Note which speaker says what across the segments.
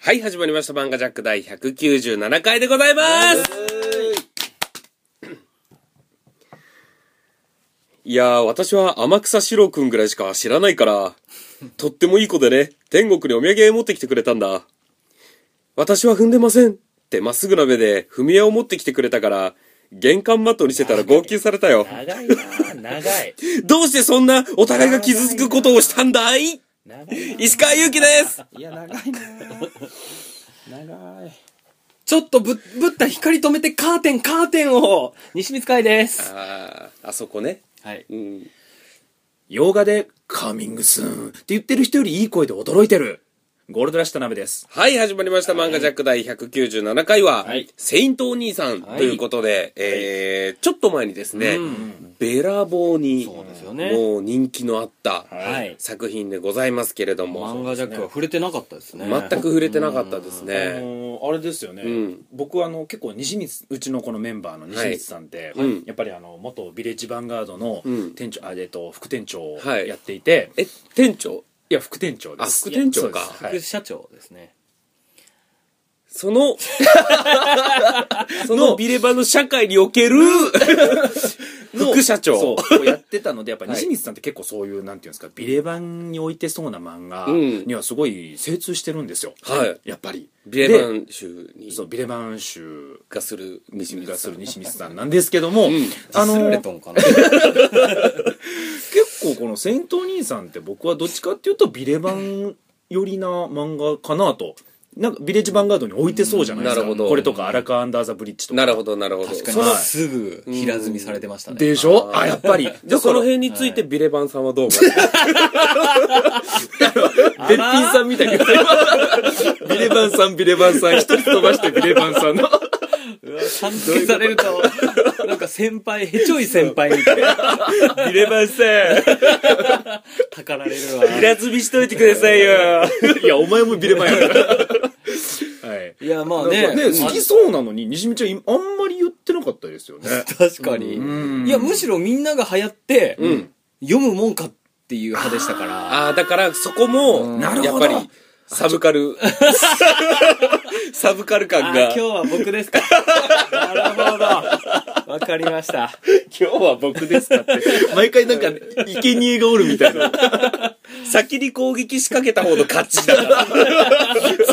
Speaker 1: はい、始まりました。漫画ジャック第197回でございますいやー、私は天草四郎くんぐらいしか知らないから、とってもいい子でね、天国にお土産持ってきてくれたんだ。私は踏んでませんってまっすぐな目で踏み絵を持ってきてくれたから、玄関マットにしてたら号泣されたよ。
Speaker 2: 長いなぁ長い
Speaker 1: どうしてそんなお互いが傷つくことをしたんだい
Speaker 2: 長い
Speaker 1: 石川祐希です
Speaker 3: いや長いなぁ長い
Speaker 4: ちょっとぶ、ぶった光止めてカーテン、カーテンを西光海です。
Speaker 1: ああ、あそこね。
Speaker 3: はい
Speaker 1: うん。
Speaker 3: 洋画で「カミングスーン」って言ってる人よりいい声で驚いてるゴールドラッシュ田辺です
Speaker 1: はい、始まりました。漫画ジャック第197回は、
Speaker 3: はい
Speaker 1: セイントお兄さんということで、えー、ちょっと前にですね、ベラボーに、
Speaker 4: そうですよね
Speaker 1: もう人気のあった
Speaker 4: はい
Speaker 1: 作品でございますけれど
Speaker 4: 漫
Speaker 1: も、
Speaker 4: 画ジャックは触れてなかったですね。
Speaker 1: 全く触れてなかったです
Speaker 3: あ
Speaker 1: ね。
Speaker 3: のーあれですよね、
Speaker 1: うん
Speaker 3: 僕はあの結構西光うちのこのメンバーの西光さんって、
Speaker 1: はいうん
Speaker 3: やっぱりあの元ビレッジヴァンガードの
Speaker 1: うん
Speaker 3: 店長、あえっと副店長を
Speaker 1: はい
Speaker 3: やっていて、い、
Speaker 1: え、店長
Speaker 3: や副店長で
Speaker 1: あ、
Speaker 3: す
Speaker 1: 副店長か。
Speaker 3: そうですは
Speaker 4: 副社長ですね。
Speaker 1: その、 そのビレバの社会における、
Speaker 3: の
Speaker 1: 副社長
Speaker 3: そうをやってたのでやっぱ
Speaker 1: はい
Speaker 3: 西光さんって結構そういうなんていうんですかビレ版に置いてそうな漫画
Speaker 1: うん
Speaker 3: にはすごい精通してるんですよ、
Speaker 1: はい
Speaker 3: やっぱり
Speaker 1: ビレバ
Speaker 3: で
Speaker 1: ン州に
Speaker 3: そうビレバン集
Speaker 1: がする西
Speaker 3: が
Speaker 1: 村
Speaker 3: す
Speaker 1: さん
Speaker 3: る西光さんなんですけども、あの
Speaker 4: すられ
Speaker 3: 結
Speaker 4: とんかな
Speaker 3: 構この「戦闘兄さん」って僕はどっちかっていうとビレバン寄りな漫画かなとなんかビレッジヴァンガードに置いてそうじゃないですか、
Speaker 1: なるほど
Speaker 3: これとか「荒川アンダーザブリッジ」とか
Speaker 1: なるほど、なるほど。
Speaker 4: 確か
Speaker 1: そ
Speaker 4: に
Speaker 1: の
Speaker 4: すぐ平積みされてましたね。
Speaker 3: でしょあやっぱ り
Speaker 1: じゃあその
Speaker 3: 辺
Speaker 1: 辺についてビレバンさんはどう思う、
Speaker 3: べっぴんさんみたいに ビレバンさんビレバンさん一人飛ばしてビレバンさんの
Speaker 4: うわさん付けされると、なんか先輩、へちょい先輩みたいな。
Speaker 1: ビレバンさん、
Speaker 4: たかられるわ。
Speaker 1: 平積みしといてくださいよ。
Speaker 3: いや、お前もビレバンやから。 はい。
Speaker 4: いや、まあ
Speaker 3: ね
Speaker 4: ね。
Speaker 3: 好きそうなのに、西見ちゃん、いあんまり言ってなかったですよ ね。
Speaker 4: 確かに。
Speaker 3: うん
Speaker 4: いや、むしろみんなが流行って、
Speaker 1: ん
Speaker 4: 読むもんかっていう派でしたから。
Speaker 1: ああ、だからそこも、
Speaker 3: なる
Speaker 1: やっ
Speaker 3: ほ
Speaker 1: ぱ
Speaker 3: ど
Speaker 1: り、サブカル、 サブカル
Speaker 4: あ
Speaker 1: 感
Speaker 4: ー
Speaker 1: が
Speaker 4: 今日。は僕です か。なるほど。わかりました。
Speaker 3: 今日は 僕ですかって。毎回なんか、生贄がおるみたいな。
Speaker 1: 先に攻撃仕掛けた方の勝ちだ から。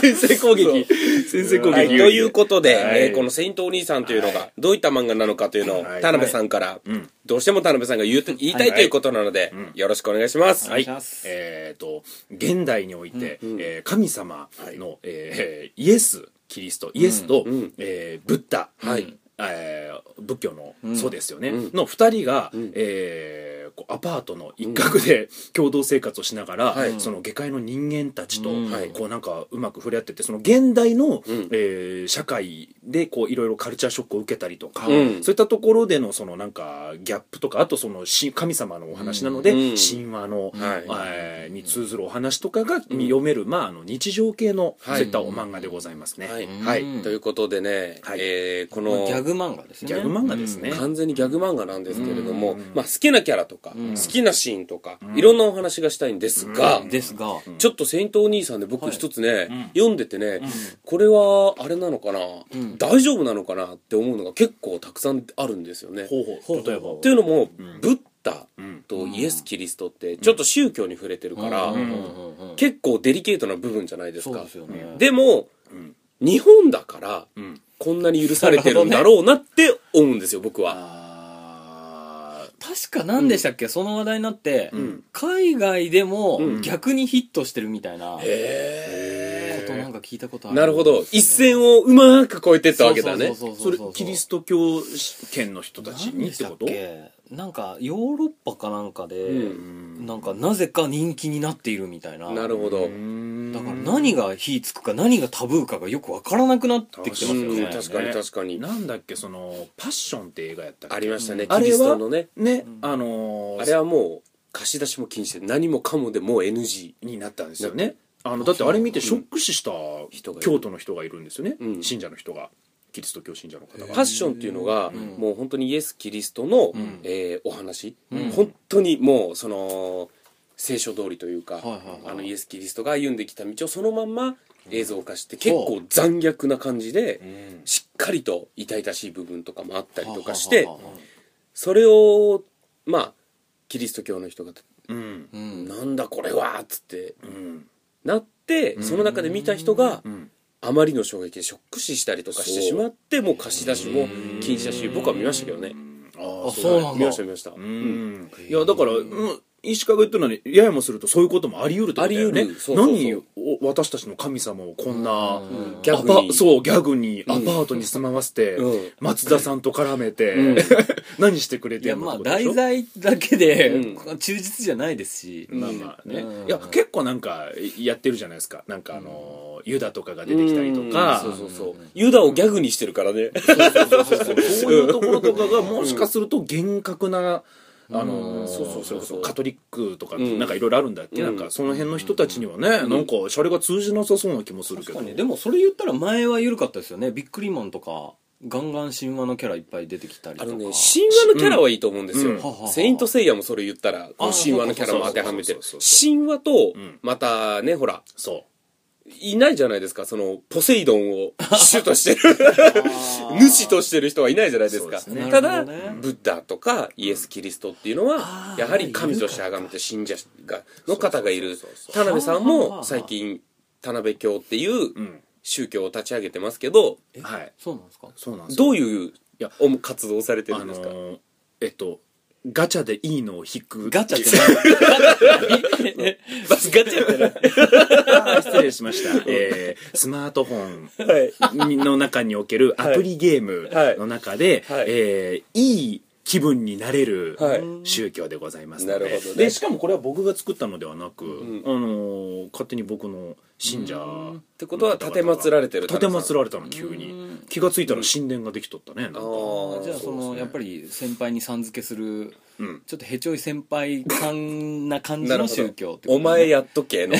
Speaker 3: 先制攻撃。先制攻
Speaker 1: はい、と
Speaker 3: 撃。
Speaker 1: いうことで、
Speaker 3: はい
Speaker 1: えーこの「セイントお兄さん」というのがどういった漫画なのかというのを
Speaker 3: はい
Speaker 1: 田辺さんから、
Speaker 3: ん
Speaker 1: どうしても田辺さんが言うと言いたいということなので、よろしくお願いします。
Speaker 3: はい
Speaker 4: お願いします。
Speaker 3: えっと、現代において、えー神様の、えーイエス、キリスト、イエスと、
Speaker 1: ん
Speaker 3: えーブッダ。
Speaker 1: はい
Speaker 3: えー仏教の、
Speaker 4: ん
Speaker 3: そうですよね、
Speaker 1: うん
Speaker 3: の2人が、
Speaker 1: ん
Speaker 3: えーこうアパートの一角で共同生活をしながら、
Speaker 1: はい
Speaker 3: その下界の人間たちと、
Speaker 4: うん
Speaker 3: はいこうなんかうまく触れ合っててその現代の、
Speaker 1: ん
Speaker 3: えー社会でこういろいろカルチャーショックを受けたりとか、
Speaker 1: うん
Speaker 3: そういったところでのそのなんかギャップとかあとそのし神様のお話なので、
Speaker 1: うん
Speaker 3: 神話の、
Speaker 1: はい
Speaker 3: えーに通ずるお話とかが読める、まあ、あの日常系の、
Speaker 1: はい
Speaker 3: そういったお漫画でございますね。
Speaker 1: はい
Speaker 4: うん
Speaker 1: はいということでね、
Speaker 3: はい
Speaker 1: えーこ
Speaker 4: ギ
Speaker 1: の
Speaker 4: ャグ漫画ですね。
Speaker 3: ギャグ漫画ですね、
Speaker 1: 完全にギャグ漫画なんですけれども、
Speaker 3: うん
Speaker 1: まあ、好きなキャラとか、
Speaker 4: うん
Speaker 1: 好きなシーンとか、いろんなお話がしたいんですが、
Speaker 4: うんですが、
Speaker 1: ちょっと「セイントお兄さん」で僕一つね、
Speaker 3: ん
Speaker 1: 読んでてね、これはあれなのかな、
Speaker 4: ん
Speaker 1: 大丈夫なのかなって思うのが結構たくさんあるんですよね。
Speaker 3: ほうほう例えば
Speaker 1: というのも、ブッダ
Speaker 3: ん
Speaker 1: とイエス・キリストってちょっと宗教に触れてるから、
Speaker 4: うんうんうんうん
Speaker 1: 結構デリケートな部分じゃないです
Speaker 4: そう
Speaker 1: か
Speaker 4: です。よね。
Speaker 1: でも、日本だから、
Speaker 3: ん
Speaker 1: こんなに許されてるんだろうなって思うんですよ、僕は。
Speaker 3: あ
Speaker 4: 確か何でしたっけ、その話題になって、
Speaker 3: ん
Speaker 4: 海外でも
Speaker 1: うん
Speaker 4: 逆にヒットしてるみたいなこ
Speaker 1: へ
Speaker 4: となんか聞いたことある。
Speaker 1: なるほど。一線をうまく越えてったわけだね。
Speaker 4: そうそう
Speaker 3: そ
Speaker 4: そう
Speaker 3: れ
Speaker 4: そうそう
Speaker 3: キリスト教圏の人たち
Speaker 4: 何
Speaker 3: に
Speaker 4: で
Speaker 3: って
Speaker 4: した
Speaker 3: こ
Speaker 4: っ
Speaker 3: と
Speaker 4: けなんかヨーロッパかなんかで、
Speaker 1: うん
Speaker 4: なんかなぜか人気になっているみたいな
Speaker 1: なるほど。
Speaker 4: だ
Speaker 3: だ
Speaker 4: から何が火つくか何がタブーかがよくわからなくなってきてますよ
Speaker 1: うん
Speaker 4: ね
Speaker 1: 確かに確かに。
Speaker 3: なんだっけその「パッション」って映画やったっけ
Speaker 1: ありましたね、
Speaker 3: あ
Speaker 1: キ
Speaker 3: れ
Speaker 1: リ
Speaker 3: は
Speaker 1: ストのね。
Speaker 3: ねあのー
Speaker 1: あれはもう、貸し出しも禁止で、何もかもでもう NG。
Speaker 3: になったんですよねあのだってあれ見てショック死した
Speaker 1: 人がいる
Speaker 3: 京都の人がいるんですよね
Speaker 1: うん
Speaker 3: 信者の人がキリスト教信者の方
Speaker 1: パ
Speaker 3: が
Speaker 1: ッションっていうのが、もう本当にイエス・キリストの、
Speaker 4: ん
Speaker 1: えーお話、
Speaker 4: うん
Speaker 1: 本当にもうその聖書通りというか、
Speaker 4: はいはいはい
Speaker 1: あのイエス・キリストが歩んできた道をそのまんま映像化して結構残虐な感じで
Speaker 2: ん
Speaker 1: しっかりと痛々しい部分とかもあったりとかし
Speaker 2: は
Speaker 1: て
Speaker 2: あはあはあ
Speaker 1: それをまあキリスト教の人が
Speaker 3: うん
Speaker 2: う
Speaker 1: 「
Speaker 2: ん
Speaker 1: なんだこれは!」っつって
Speaker 3: うん
Speaker 1: なってその中で見た人が
Speaker 3: うん
Speaker 1: あまりの衝撃でショック死したりとかしてしまってもう貸し出しも禁止だし僕は見ましたけどね
Speaker 3: あ
Speaker 2: あそうなんだ
Speaker 1: 見ました見ました
Speaker 3: うんいやだから、うん、石川が言ったのにややもするとそういうこともあり得るってことだよね
Speaker 1: あり得るそうそうそう
Speaker 3: 何を私たちの神様をこんな
Speaker 2: うん
Speaker 1: ギャグ
Speaker 3: アパ
Speaker 1: に
Speaker 3: そうギャグにアパートに住まわせて、
Speaker 1: うん
Speaker 3: 松田さんと絡めて、
Speaker 1: うん
Speaker 3: 何してくれ
Speaker 4: い
Speaker 3: て
Speaker 4: や
Speaker 3: んの
Speaker 4: ま
Speaker 3: っ
Speaker 4: あ
Speaker 3: てことでしょ
Speaker 4: 題材だけで
Speaker 1: う
Speaker 4: 忠実じゃないですし
Speaker 3: まあまあね、
Speaker 4: うん
Speaker 3: いや結構なんかやってるじゃないですかなんかあの、ユダとかが出てきたりとか、
Speaker 1: うんそうそうそうユダをギャグにしてるからね
Speaker 3: そういうところとかがもしかすると厳格な、あのそうそうそうそうカトリックとか
Speaker 1: ん
Speaker 3: なんかいろいろあるんだっけ、
Speaker 1: うん
Speaker 3: なんかその辺の人たちにはね、なんかシャレが通じなさそうな気もするけ
Speaker 4: 確
Speaker 3: ど
Speaker 4: かにでもそれ言ったら前は緩かったですよねビックリマンとかガンガン神話のキャラいっぱい出てきたり
Speaker 1: あ
Speaker 4: と
Speaker 1: の
Speaker 4: か
Speaker 1: ね、神話のキャラはいいと思うんですよ。
Speaker 3: うん
Speaker 4: うん
Speaker 1: セイントセイヤもそれ言ったら、この神話のキャラも当てはめてる。神話と
Speaker 3: うん、
Speaker 1: またね、ほら、
Speaker 3: そう
Speaker 1: いないじゃないですか、その、ポセイドン を主としてる、主としてる人はいないじゃないですか。
Speaker 3: そうです
Speaker 4: ね
Speaker 1: ただ、
Speaker 4: なるほどね
Speaker 1: ブッダとかイエス・キリストっていうのは
Speaker 4: あ、ー
Speaker 1: やはり神として崇めて信者がの方がいる
Speaker 3: そうそうそう。そ
Speaker 1: 田辺さんも
Speaker 4: あー
Speaker 1: 最近、田辺教っていう
Speaker 3: うん
Speaker 1: 宗教を立ち上げてますけど、
Speaker 3: はい
Speaker 4: そうなんですか
Speaker 3: そうなんですよ
Speaker 1: どういう
Speaker 3: や
Speaker 1: お活動をされて
Speaker 3: あ
Speaker 1: るん
Speaker 3: の
Speaker 1: ですか
Speaker 3: ーえっとガチャでいいのを引く
Speaker 4: ガチャって何
Speaker 1: バスガチャってない
Speaker 3: あー 失礼しました、えースマートフォ
Speaker 1: はい。
Speaker 3: ンの中におけるアプリゲームの中で、
Speaker 1: はいはい
Speaker 3: えーいい気分になれる
Speaker 1: はい
Speaker 3: 宗教でございますので,、
Speaker 1: なるほどね
Speaker 3: でしかもこれは僕が作ったのではなく、
Speaker 1: ん
Speaker 3: あのー勝手に僕の信者
Speaker 1: ってことは、立てまつられてる。
Speaker 3: 立てまつら
Speaker 1: れ
Speaker 3: れたの急
Speaker 4: う
Speaker 3: に
Speaker 4: ん
Speaker 3: 気がついたら神殿ができとったねなんか
Speaker 1: あー
Speaker 4: じゃあそのやっぱり先輩にさん付けする
Speaker 3: うん
Speaker 4: ちょっとへちょい先輩感な感じ
Speaker 1: なる
Speaker 4: の
Speaker 1: ほど
Speaker 4: 宗教ってこと
Speaker 1: お前やっとけ の。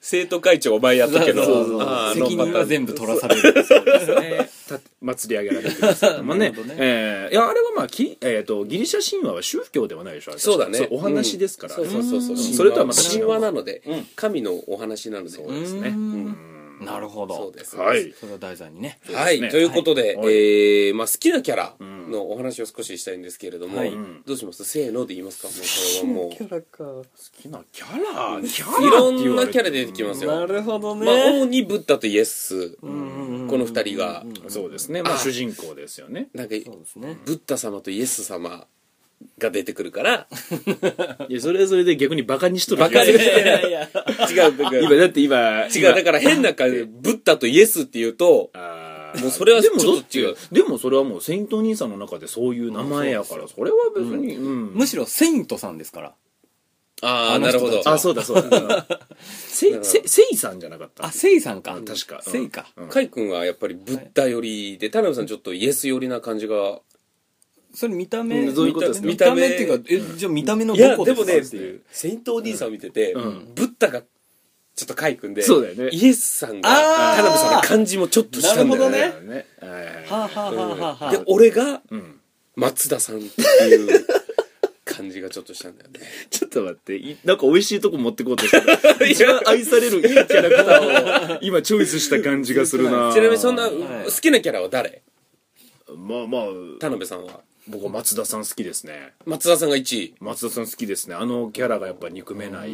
Speaker 1: 生徒会長お前やっとけの。
Speaker 4: そうそう
Speaker 1: あー
Speaker 4: 責任は全部取らされる
Speaker 3: た祭り上げられてるんですけども
Speaker 4: な
Speaker 3: ね
Speaker 4: るほどね
Speaker 3: えーいやあれはまあき、えー、とギリシャ神話は宗教ではないでしょあれ
Speaker 1: そうだね。
Speaker 3: お話ですから、
Speaker 1: うんそうそうそう。
Speaker 3: んそれとはまた
Speaker 1: 神話なので、神のお話なので。そう
Speaker 4: う
Speaker 1: で
Speaker 4: ーんなるほど
Speaker 1: そうです。
Speaker 3: は。い
Speaker 4: それを題材にね
Speaker 1: はい。ということで、
Speaker 3: はい
Speaker 1: えー、まあ好きなキャラのお話を少ししたいんですけれども
Speaker 4: はい、
Speaker 1: どうしますせーので言いますかもうこれはもう。
Speaker 3: 好きなキャラキャラ
Speaker 1: いろ
Speaker 3: って言
Speaker 1: んな
Speaker 3: われて
Speaker 1: キャラ出てきますよ。
Speaker 4: るほど
Speaker 1: まあ、主にブッダとイエス。こ
Speaker 4: ん
Speaker 1: の二人が、
Speaker 3: そうですねまあ主人公ですよね
Speaker 1: なんか、
Speaker 4: そうですね
Speaker 1: ブッダ様とイエス様が出てくるから、
Speaker 3: いやそれはそれで逆にバカにしとる
Speaker 1: バカにし
Speaker 4: い
Speaker 1: てない。
Speaker 4: いや
Speaker 1: 違う、だから
Speaker 3: 今だって 今
Speaker 1: 違う、だから変な感じで、ブッダとイエスって言うと、
Speaker 3: あー
Speaker 1: もうそれは
Speaker 3: でも
Speaker 1: ちょっと
Speaker 3: だてでもそれはもうセイント兄さんの中でそういう名前やからそれは別にうん
Speaker 4: むしろセイントさんですから
Speaker 1: ああ、
Speaker 4: あの
Speaker 1: なる
Speaker 4: 人
Speaker 1: ほど
Speaker 4: た。ち
Speaker 3: あそうだそうだせいせせいさんじゃなかった
Speaker 4: あセイさんか
Speaker 3: うん確か
Speaker 4: セイか
Speaker 3: うん
Speaker 1: カイ君はやっぱりブッダ寄りで、田辺さんちょっとイエス寄りな感じが。
Speaker 4: それ見た目
Speaker 3: うんそういうことですね
Speaker 4: 見た目っていうかえじゃあ見た目の
Speaker 1: いや、
Speaker 4: どこ
Speaker 1: でもね、
Speaker 4: すかっていう
Speaker 1: セイントお兄さん見てて、ブ
Speaker 3: ん
Speaker 1: ッダがちょっとカイ君で、
Speaker 3: そうだよね
Speaker 1: イエスさんが、
Speaker 4: あー
Speaker 1: 田辺さんの感じもちょっとしたんだよ
Speaker 4: なる
Speaker 1: ね。
Speaker 4: ほど
Speaker 3: ねはいはい
Speaker 4: はあ
Speaker 3: は
Speaker 4: はあはあはあは
Speaker 1: で
Speaker 4: あ、
Speaker 1: 俺が
Speaker 3: いうん
Speaker 1: 松田さんっていう感じがちょっとしたんだよね。
Speaker 3: ちょっと待っていなんか美味しいとこ持ってこうとしてる一番愛されるいいキャラクターを今チョイスした感じがするな
Speaker 1: ちなみにそんな、
Speaker 4: い
Speaker 1: 好きなキャラは誰
Speaker 3: まあまあ
Speaker 1: 田辺さんは。
Speaker 3: 僕は松田さん好きですね
Speaker 1: 松田さんが1位。
Speaker 3: 松田さん好きですねあのキャラがやっぱ憎めない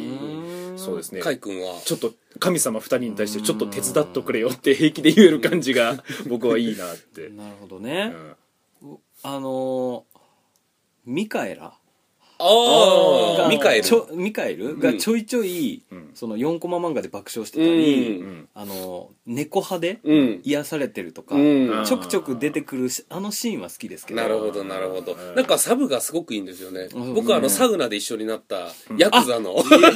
Speaker 3: そうですね
Speaker 1: カイ君は。
Speaker 3: ちょっと神様2人に対してちょっと手伝っとくれよって平気で言える感じ が僕はいいなって、
Speaker 4: なるほど
Speaker 3: う
Speaker 4: ね、
Speaker 3: ん、
Speaker 4: あのーミカエラ
Speaker 1: あ
Speaker 4: が
Speaker 1: あ、ミカエル。
Speaker 4: ちょミカエルがちょいちょい、その4コマ漫画で爆笑してたり、
Speaker 1: うん
Speaker 4: あの猫派で
Speaker 1: うん
Speaker 4: 癒されてるとか、
Speaker 1: うん
Speaker 4: ちょくちょく出てくるしあのシーンは好きですけど
Speaker 1: なるほどなるほどなんかサブがすごくいいんですよね
Speaker 4: うん
Speaker 1: 僕はあのサウナで一緒になったヤクザの
Speaker 4: 確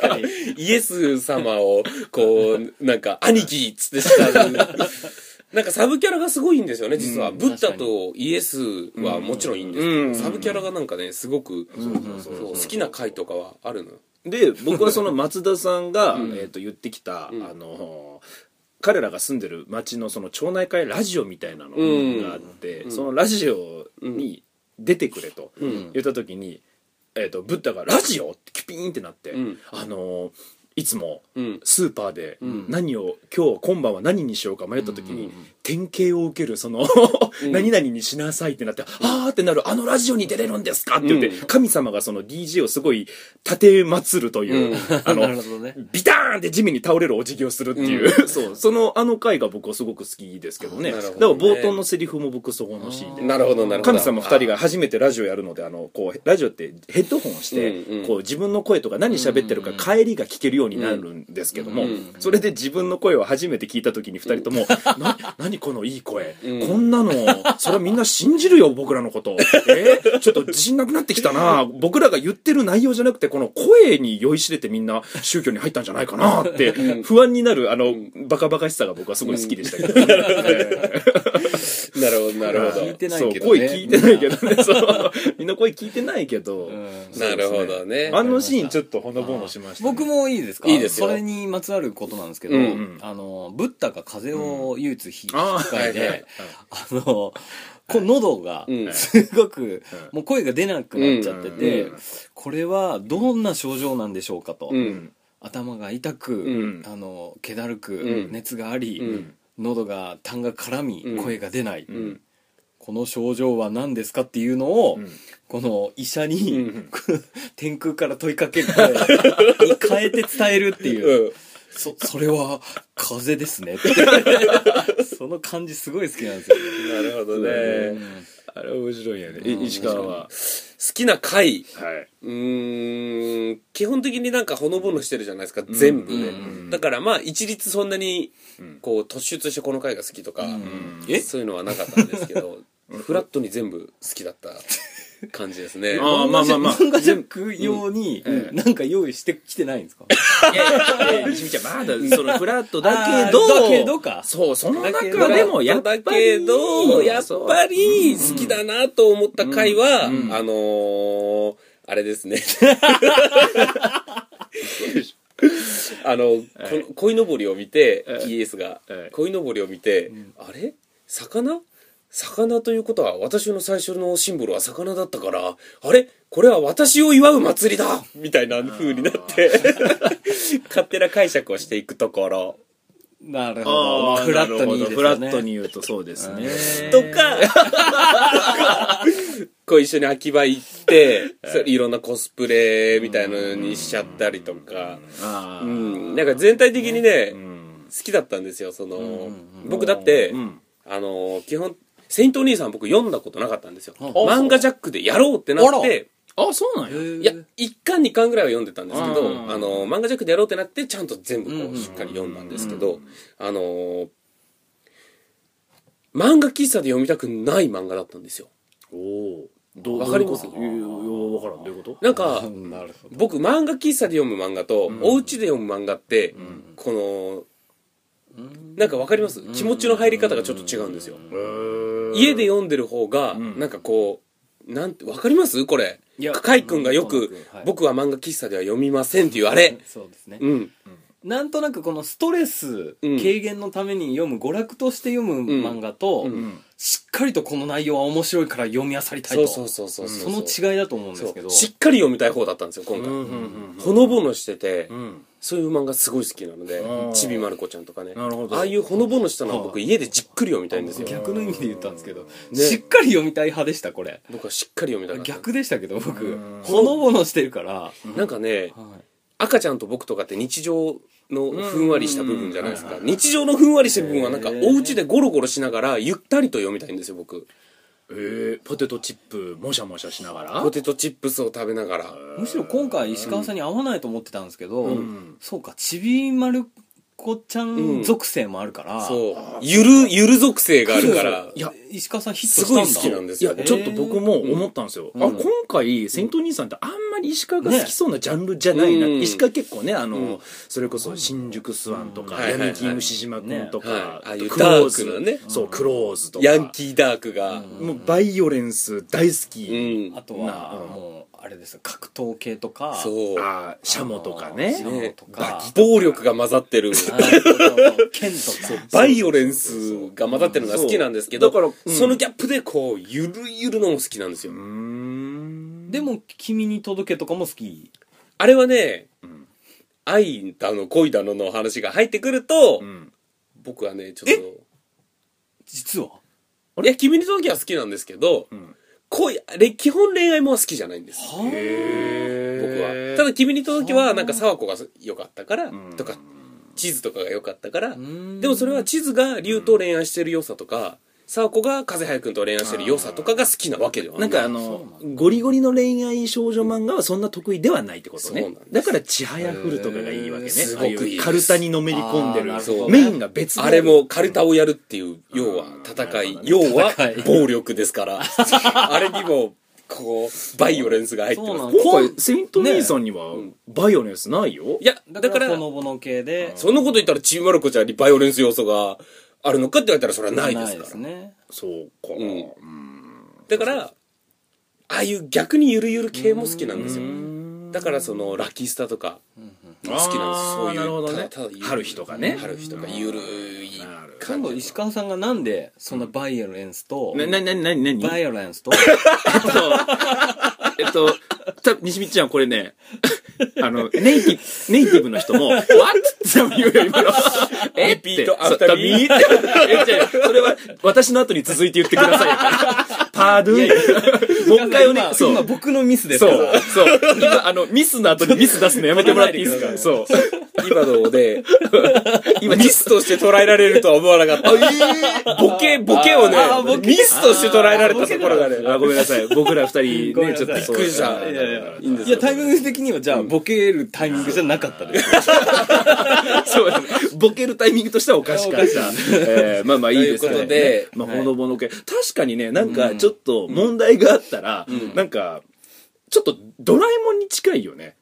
Speaker 4: かに
Speaker 1: イエス様をこうなんか兄貴っつってした なんかサブキャラがすごいんですよね実はブッダとイエスはもちろんいいんですけ
Speaker 3: うん
Speaker 1: どサブキャラがなんかねすごくそう好きな回とかはあるの
Speaker 3: で僕はその松田さんが、えー、と言ってきた、あの彼らが住んでる町のその町内会ラジオみたいなの
Speaker 1: うん
Speaker 3: があって、そのラジオに出てくれと言った時に、えー、とブッダが「ラジオ?」ってキュピーンってなって、
Speaker 1: ん
Speaker 3: あのいつも
Speaker 1: うん
Speaker 3: スーパーで
Speaker 4: ん
Speaker 3: 何を今日今晩は何にしようか迷った時
Speaker 1: う
Speaker 3: に
Speaker 1: ん
Speaker 3: 典型を受けるその何々にしなさいってなって「あー」ってなる「あのラジオに出れるんですか?」って言って
Speaker 1: うん
Speaker 3: 神様がその DJ をすごい立てまつるといううんあ
Speaker 4: なる
Speaker 3: の
Speaker 4: ほどね
Speaker 3: ビターンって地面に倒れるお辞儀をするっていう、そうそのあの回が僕はすごく好きですけどね
Speaker 1: あなるほ
Speaker 3: だから
Speaker 1: どね
Speaker 3: 冒頭のセリフも僕そこのシーンで
Speaker 1: なるほどなるほど
Speaker 3: 神様二人が初めてラジオやるのであのこうラジオってヘッドホンをして、
Speaker 1: うんうん
Speaker 3: こう自分の声とか何喋ってるか帰りが聞けるようになるんですけども、
Speaker 1: うんうん
Speaker 3: それで自分の声を初めて聞いた時に二人とも「 な何このいい声、
Speaker 1: うん
Speaker 3: こんなのそれはみんな信じるよ僕らのこと」えーちょっと自信なくなってきたな僕らが言ってる内容じゃなくてこの声に酔いしれてみんな宗教に入ったんじゃないかなって不安になるあのバカバカしさが僕はすごい好きでしたけど、
Speaker 1: なるほどなるほ
Speaker 4: 聞
Speaker 1: ど
Speaker 4: いてないけどね
Speaker 3: そう声聞いてないけどねそうみんな声聞いてないけど、
Speaker 4: うん
Speaker 1: なるほどね
Speaker 3: あのシーンちょっとほのぼのしましたね、
Speaker 4: 僕もいいですか
Speaker 1: いいですよ
Speaker 4: それにまつわることなんですけど、
Speaker 1: うん
Speaker 3: うん
Speaker 4: あのブッダが風邪を唯一ひ、
Speaker 3: ああ
Speaker 4: 引き換え
Speaker 1: はいはい
Speaker 4: で、あのこう喉が
Speaker 1: うん
Speaker 4: すごく、もう声が出なくなっちゃってて、
Speaker 1: うん
Speaker 4: これはどんな症状なんでしょうかと、
Speaker 1: うん
Speaker 4: 頭が痛く、
Speaker 1: うん
Speaker 4: あの気だるく、
Speaker 1: うん
Speaker 4: 熱があり、
Speaker 1: うん
Speaker 4: 喉が痰が絡み、
Speaker 1: うん
Speaker 4: 声が出ない、
Speaker 1: うん
Speaker 4: この症状は何ですかっていうのを、
Speaker 3: うん
Speaker 4: この医者に、
Speaker 1: うん
Speaker 4: 天空から問いかけてに変えて伝えるっていう、
Speaker 1: うん
Speaker 4: そそれは風邪ですねってその感じすごい好きなんですよね
Speaker 1: なるほどね
Speaker 3: あれ面白いよね、
Speaker 4: うん
Speaker 3: 石川は、
Speaker 1: 好きな回
Speaker 3: はい、
Speaker 1: うーん基本的になんかほのぼのしてるじゃないですか、全部ね、
Speaker 4: うん
Speaker 1: だからまあ一律そんなに
Speaker 3: ん
Speaker 1: こう突出してこの回が好きとか、
Speaker 4: うん
Speaker 1: えそういうのはなかったんですけどフラットに全部好きだった感じですね
Speaker 3: あーまあまあまあ
Speaker 4: 漫画ジャック用になんか用意してきてないんですか、
Speaker 3: いやいや石見ちゃんまだそのフラットだけ
Speaker 4: あ
Speaker 3: ど
Speaker 4: ーだけどか
Speaker 3: そうその
Speaker 4: だけど
Speaker 3: 中でもやっぱり
Speaker 1: だけどやっぱ
Speaker 3: り
Speaker 1: り好きだなと思った回は、
Speaker 3: うんうん
Speaker 1: あのー、あれです ねあの、この鯉のぼりを見て、
Speaker 3: はい
Speaker 1: TS が
Speaker 3: はい
Speaker 1: 鯉のぼりを見て、あれ魚魚ということは私の最初のシンボルは魚だったからあれこれは私を祝う祭りだみたいな風になって 勝手な解釈をしていくところ
Speaker 4: なるほど、ま
Speaker 3: あ
Speaker 4: あ
Speaker 3: ー
Speaker 4: フラットにいい
Speaker 3: な
Speaker 4: です
Speaker 3: るほど
Speaker 4: よ
Speaker 3: フラ
Speaker 4: ね
Speaker 3: ットに言うとそうですね
Speaker 1: とか、 こう一緒に秋葉行って、それいろんなコスプレみたいのにしちゃったりとか、
Speaker 3: あ
Speaker 1: う
Speaker 3: ー
Speaker 1: ん、なんか全体的にね
Speaker 3: う、ん
Speaker 1: 好きだったんですよ、その、
Speaker 4: んうんうん
Speaker 1: 僕だって、
Speaker 3: うん
Speaker 1: あの、基本、セイントお兄さん僕読んだことなかったんですよ。
Speaker 4: あ
Speaker 1: 漫画ジャックでやろうってなっ
Speaker 4: あら
Speaker 1: て、
Speaker 3: あそうなんや
Speaker 1: い
Speaker 4: い
Speaker 1: や
Speaker 4: や、
Speaker 1: 1巻2巻ぐらいは読んでたんですけど、
Speaker 3: うん
Speaker 1: あの、漫画ジャックでやろうってなって、ちゃんと全部
Speaker 4: うん
Speaker 1: こ
Speaker 4: うん
Speaker 1: う、
Speaker 4: うん
Speaker 1: しっかり読んだんですけど、あのー、漫画喫茶で読みたくない漫画だったんですよ。
Speaker 3: おおどう
Speaker 1: わかります
Speaker 3: どういうこといやいやわからんどういうこと
Speaker 1: なんか、
Speaker 4: なるほど
Speaker 1: 僕漫画喫茶で読む漫画と、お家で読む漫画って、このなんかわかります、気持ちの入り方がちょっと違うんですよ、家で読んでる方が、
Speaker 3: ん
Speaker 1: なんかこうなんてわかりますこれ
Speaker 4: いや
Speaker 1: カイ君がよ
Speaker 4: なん
Speaker 1: く
Speaker 4: となくはい
Speaker 1: 僕は漫画喫茶では読みません」っていうあれ
Speaker 4: そうですね、
Speaker 1: うん
Speaker 4: なんとなくこのストレス
Speaker 1: うん
Speaker 4: 軽減のために読む娯楽として読む漫画と、
Speaker 1: うん
Speaker 3: ん
Speaker 4: しっかりとこの内容は面白いから読み漁りた
Speaker 1: そ
Speaker 4: いと
Speaker 1: うそうそうそう
Speaker 4: その違いだと思うんですけ
Speaker 1: そ
Speaker 4: ど
Speaker 1: うしっかり読みたい方だったんですよ今回、
Speaker 3: うんうん
Speaker 1: ほのぼのしてて、
Speaker 3: うん
Speaker 1: そういう漫画すごい好きなので
Speaker 3: うん
Speaker 1: ちびまる子ちゃんとかね
Speaker 3: なるほど
Speaker 1: ああいうほのぼのしたのは僕
Speaker 4: は
Speaker 1: 家でじっくり読みたいんですよ
Speaker 4: 逆の意味で言ったんですけど、
Speaker 1: ね
Speaker 4: しっかり読みたい派でしたこれ
Speaker 1: 僕はしっかり読みたかった
Speaker 4: 逆でしたけど僕
Speaker 3: うん
Speaker 4: ほのぼのしてるから、
Speaker 1: なんかね、
Speaker 4: はい
Speaker 1: 赤ちゃんと僕とかって日常のふんわりした部分じゃないですか
Speaker 4: う。ん
Speaker 1: 日常のふんわりした部分はなんか
Speaker 4: へー
Speaker 1: お家でゴロゴロしながらゆったりと読みたいんですよ、僕。
Speaker 3: えー、ポテトチップもしゃもしゃしながら
Speaker 1: ポテトチップスを食べながら。
Speaker 4: むしろ今回石川さんに合わないと思ってたんですけど、
Speaker 3: うん
Speaker 4: そうかちびまる子ちゃん属性もあるから、
Speaker 1: そう。ゆる、ゆる属性がある から。
Speaker 4: いや石川さんヒッ
Speaker 1: す
Speaker 4: トしたん
Speaker 1: ごい
Speaker 4: だ
Speaker 1: 好きなんです
Speaker 3: い
Speaker 1: よ
Speaker 3: や
Speaker 1: ね。
Speaker 3: ちょっと僕も思ったんですよ、
Speaker 4: うん
Speaker 3: あ今回セイント兄さんってあんまり石川が好きそうなジャンルじゃないな、
Speaker 1: ね
Speaker 3: 石川結構ねあの、
Speaker 1: うん
Speaker 3: それこそ新宿スワンとか、
Speaker 1: うんはいはいはい
Speaker 3: 闇金虫島君とか、
Speaker 1: ねはいああいう
Speaker 3: クローズ
Speaker 1: ダークなね
Speaker 3: そうクローズとか
Speaker 1: ヤンキーダークが。
Speaker 3: もうバイオレンス大好
Speaker 1: う
Speaker 3: き、
Speaker 1: ん
Speaker 4: あ。と
Speaker 3: な
Speaker 4: は
Speaker 3: うん
Speaker 4: もうあれですよ格闘系とか
Speaker 1: そう。
Speaker 3: あーシャモとか
Speaker 4: あ
Speaker 3: ね
Speaker 4: の
Speaker 1: ね
Speaker 4: とか
Speaker 1: 暴力が混ざってる。
Speaker 4: あー剣とか
Speaker 1: バイオレンスが混ざってるのが好きなんですけど、
Speaker 3: そうだからうん
Speaker 1: そのギャップでこう、ゆるゆるのも好きなんですよ。
Speaker 3: うーん
Speaker 4: でも「君に届け」とかも好き
Speaker 1: あれはね、愛だの恋だのの話が入ってくると、
Speaker 3: うん。
Speaker 1: 僕はね、ちょっ
Speaker 4: 実は
Speaker 1: と、いや、君の時は好きなんですけど、
Speaker 3: ん
Speaker 1: 恋、れ基本恋愛もは好きじゃないんです。僕
Speaker 3: へ
Speaker 1: は。
Speaker 3: ー
Speaker 1: ただ君に届きは、なんか沢子が良かったから
Speaker 3: う、ん
Speaker 1: とか、地図とかが良かったから、で
Speaker 4: ん
Speaker 1: もそれは地図が竜と恋愛してる良さとか、沢子が風早くんと恋愛してる良さとかが好きなわけではな。
Speaker 3: ないんかあ
Speaker 4: そう
Speaker 3: の
Speaker 4: な
Speaker 3: ゴリゴリの恋愛少女漫画はそんな得意ではないってこと
Speaker 1: そう
Speaker 3: ね
Speaker 1: なんです
Speaker 3: だから「ちはやふる」とかがいいわけ
Speaker 1: へー
Speaker 3: ね
Speaker 1: すごくいいです
Speaker 3: ああうカルタにのめり込んでる
Speaker 4: あーなるほど
Speaker 3: メインが別で
Speaker 1: あれもカルタをやるっていう、要は戦い、要は暴力ですから、あれにも、こう、バイオレンスが入って
Speaker 4: そうな
Speaker 1: ま
Speaker 4: ん
Speaker 1: す。
Speaker 4: です
Speaker 3: 今回
Speaker 4: こん
Speaker 3: セイント姉さんにはバイオのやつないよ
Speaker 1: いや、だ
Speaker 4: だ
Speaker 1: か、
Speaker 4: かららほのぼの系で
Speaker 1: そんなこと言ったらチームマルコちゃんにバイオレンス要素があるのかって言われたらそれはないですから。
Speaker 4: ね
Speaker 3: そうか
Speaker 1: う
Speaker 3: うん
Speaker 1: だから、ああいう逆にゆるゆる系も好きなんですよ
Speaker 4: う。
Speaker 1: だからその、ラッキースターとか、好きなんです。そ
Speaker 3: あー
Speaker 1: ういう、
Speaker 3: なるほどね
Speaker 1: ただただゆる
Speaker 3: 春日とかね
Speaker 1: 春日とか、ゆるい
Speaker 3: なる
Speaker 4: 今
Speaker 3: ほど
Speaker 1: 感
Speaker 4: 度
Speaker 1: じ。
Speaker 4: 石川さんがなんでそんなバイオレンスと
Speaker 3: なななななに
Speaker 4: バイオレンスと
Speaker 3: えっと、た西光ちゃんこれね、 あの、ネイティブ、ネイティブの人も、わっって言うよ、今の。えって
Speaker 1: Repeat after me
Speaker 3: そう repeat えじゃあそれは、私の後に続いて言ってくださいよ。パードゥー。もう一回おね
Speaker 4: 今、
Speaker 3: そう。
Speaker 4: 今僕のミスです
Speaker 3: そ
Speaker 4: か
Speaker 3: う
Speaker 4: ら、
Speaker 3: そう。今、あの、ミスの後にミス出すのやめてもらっていいですかそう。
Speaker 1: 今の で、今ミスとして捉えられるとは思わなかった。ボケ、ボケをね
Speaker 4: あーボ、ケ
Speaker 1: ミスとして捉えられたところがね、
Speaker 3: あ、ごめんなさい。僕ら二人
Speaker 4: ごめん
Speaker 3: ね、
Speaker 4: な
Speaker 3: ち
Speaker 4: さ
Speaker 3: ょ
Speaker 4: い
Speaker 3: っとびっ
Speaker 1: びっくりした
Speaker 4: い
Speaker 1: い
Speaker 4: や
Speaker 1: や
Speaker 4: い
Speaker 1: い
Speaker 4: や
Speaker 1: や
Speaker 4: いやタイミング的にはじゃあボケるタイミングじゃなかったです
Speaker 3: そうだねボケるタイミングとしてはおかしかった。えーまあまあいいですけどね
Speaker 1: という
Speaker 3: まあ、ほのぼの系。確かにね、なんかちょっと問題があったら、なんか、ちょっとドラえもんに近いよね。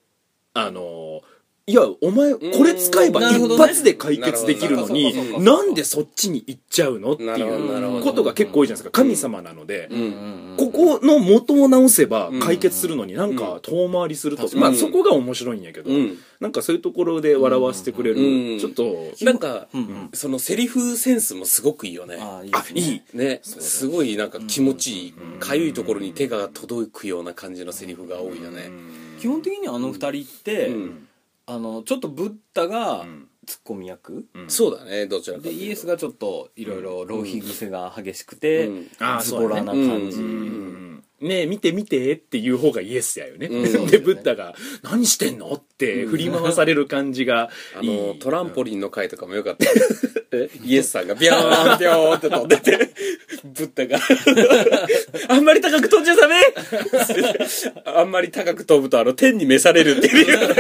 Speaker 3: あのー、いや、お前、これ使えば
Speaker 4: なるほど
Speaker 3: 一
Speaker 4: ね
Speaker 3: 発で解決できるのに
Speaker 1: なるほ、
Speaker 4: ど
Speaker 3: なんでそっちに行っちゃうのって
Speaker 1: なるほどなる
Speaker 3: い
Speaker 1: ほど
Speaker 3: うことが結構多いじゃないですか。神様なので。
Speaker 4: ね
Speaker 3: ここの元を直せば解決するのになんか遠回りすると、
Speaker 1: うん
Speaker 3: まあそこが面白いんやけど、
Speaker 1: うん
Speaker 3: なんかそういうところで笑わせてくれる、
Speaker 1: うん
Speaker 3: ちょっと
Speaker 1: なんか
Speaker 4: う、ん
Speaker 1: そのセリフセンスもすごくいいよね。
Speaker 4: ああいいで
Speaker 3: あ
Speaker 4: す
Speaker 3: い
Speaker 4: ね
Speaker 3: い
Speaker 1: ね、すごいなんか気持ちいい、かゆいところに手が届くような感じのセリフが多いよね。
Speaker 4: 基本的にあの二人って
Speaker 1: うん
Speaker 4: あのちょっとブッダが
Speaker 3: ん
Speaker 4: ツッコミ役
Speaker 3: うん
Speaker 1: そうだね、どちらかと
Speaker 4: で
Speaker 1: いうと。
Speaker 4: イエスがちょっといろいろ浪費癖が激しくて
Speaker 1: うん
Speaker 3: あー
Speaker 4: ズボラな感じ
Speaker 1: そうだねうん
Speaker 3: ねえ見て見てっていう方がイエスやよね、
Speaker 1: うん
Speaker 3: でブッダが「何してんの?」って振り回される感じが
Speaker 1: あ
Speaker 3: いい、
Speaker 1: の、トランポリンの回とかもよか った。 イエスさんがビョーンビョーンって飛んでて、ブッダが、あんまり高く飛んじゃダメあんまり高く飛ぶとあの、天に召されるって いう。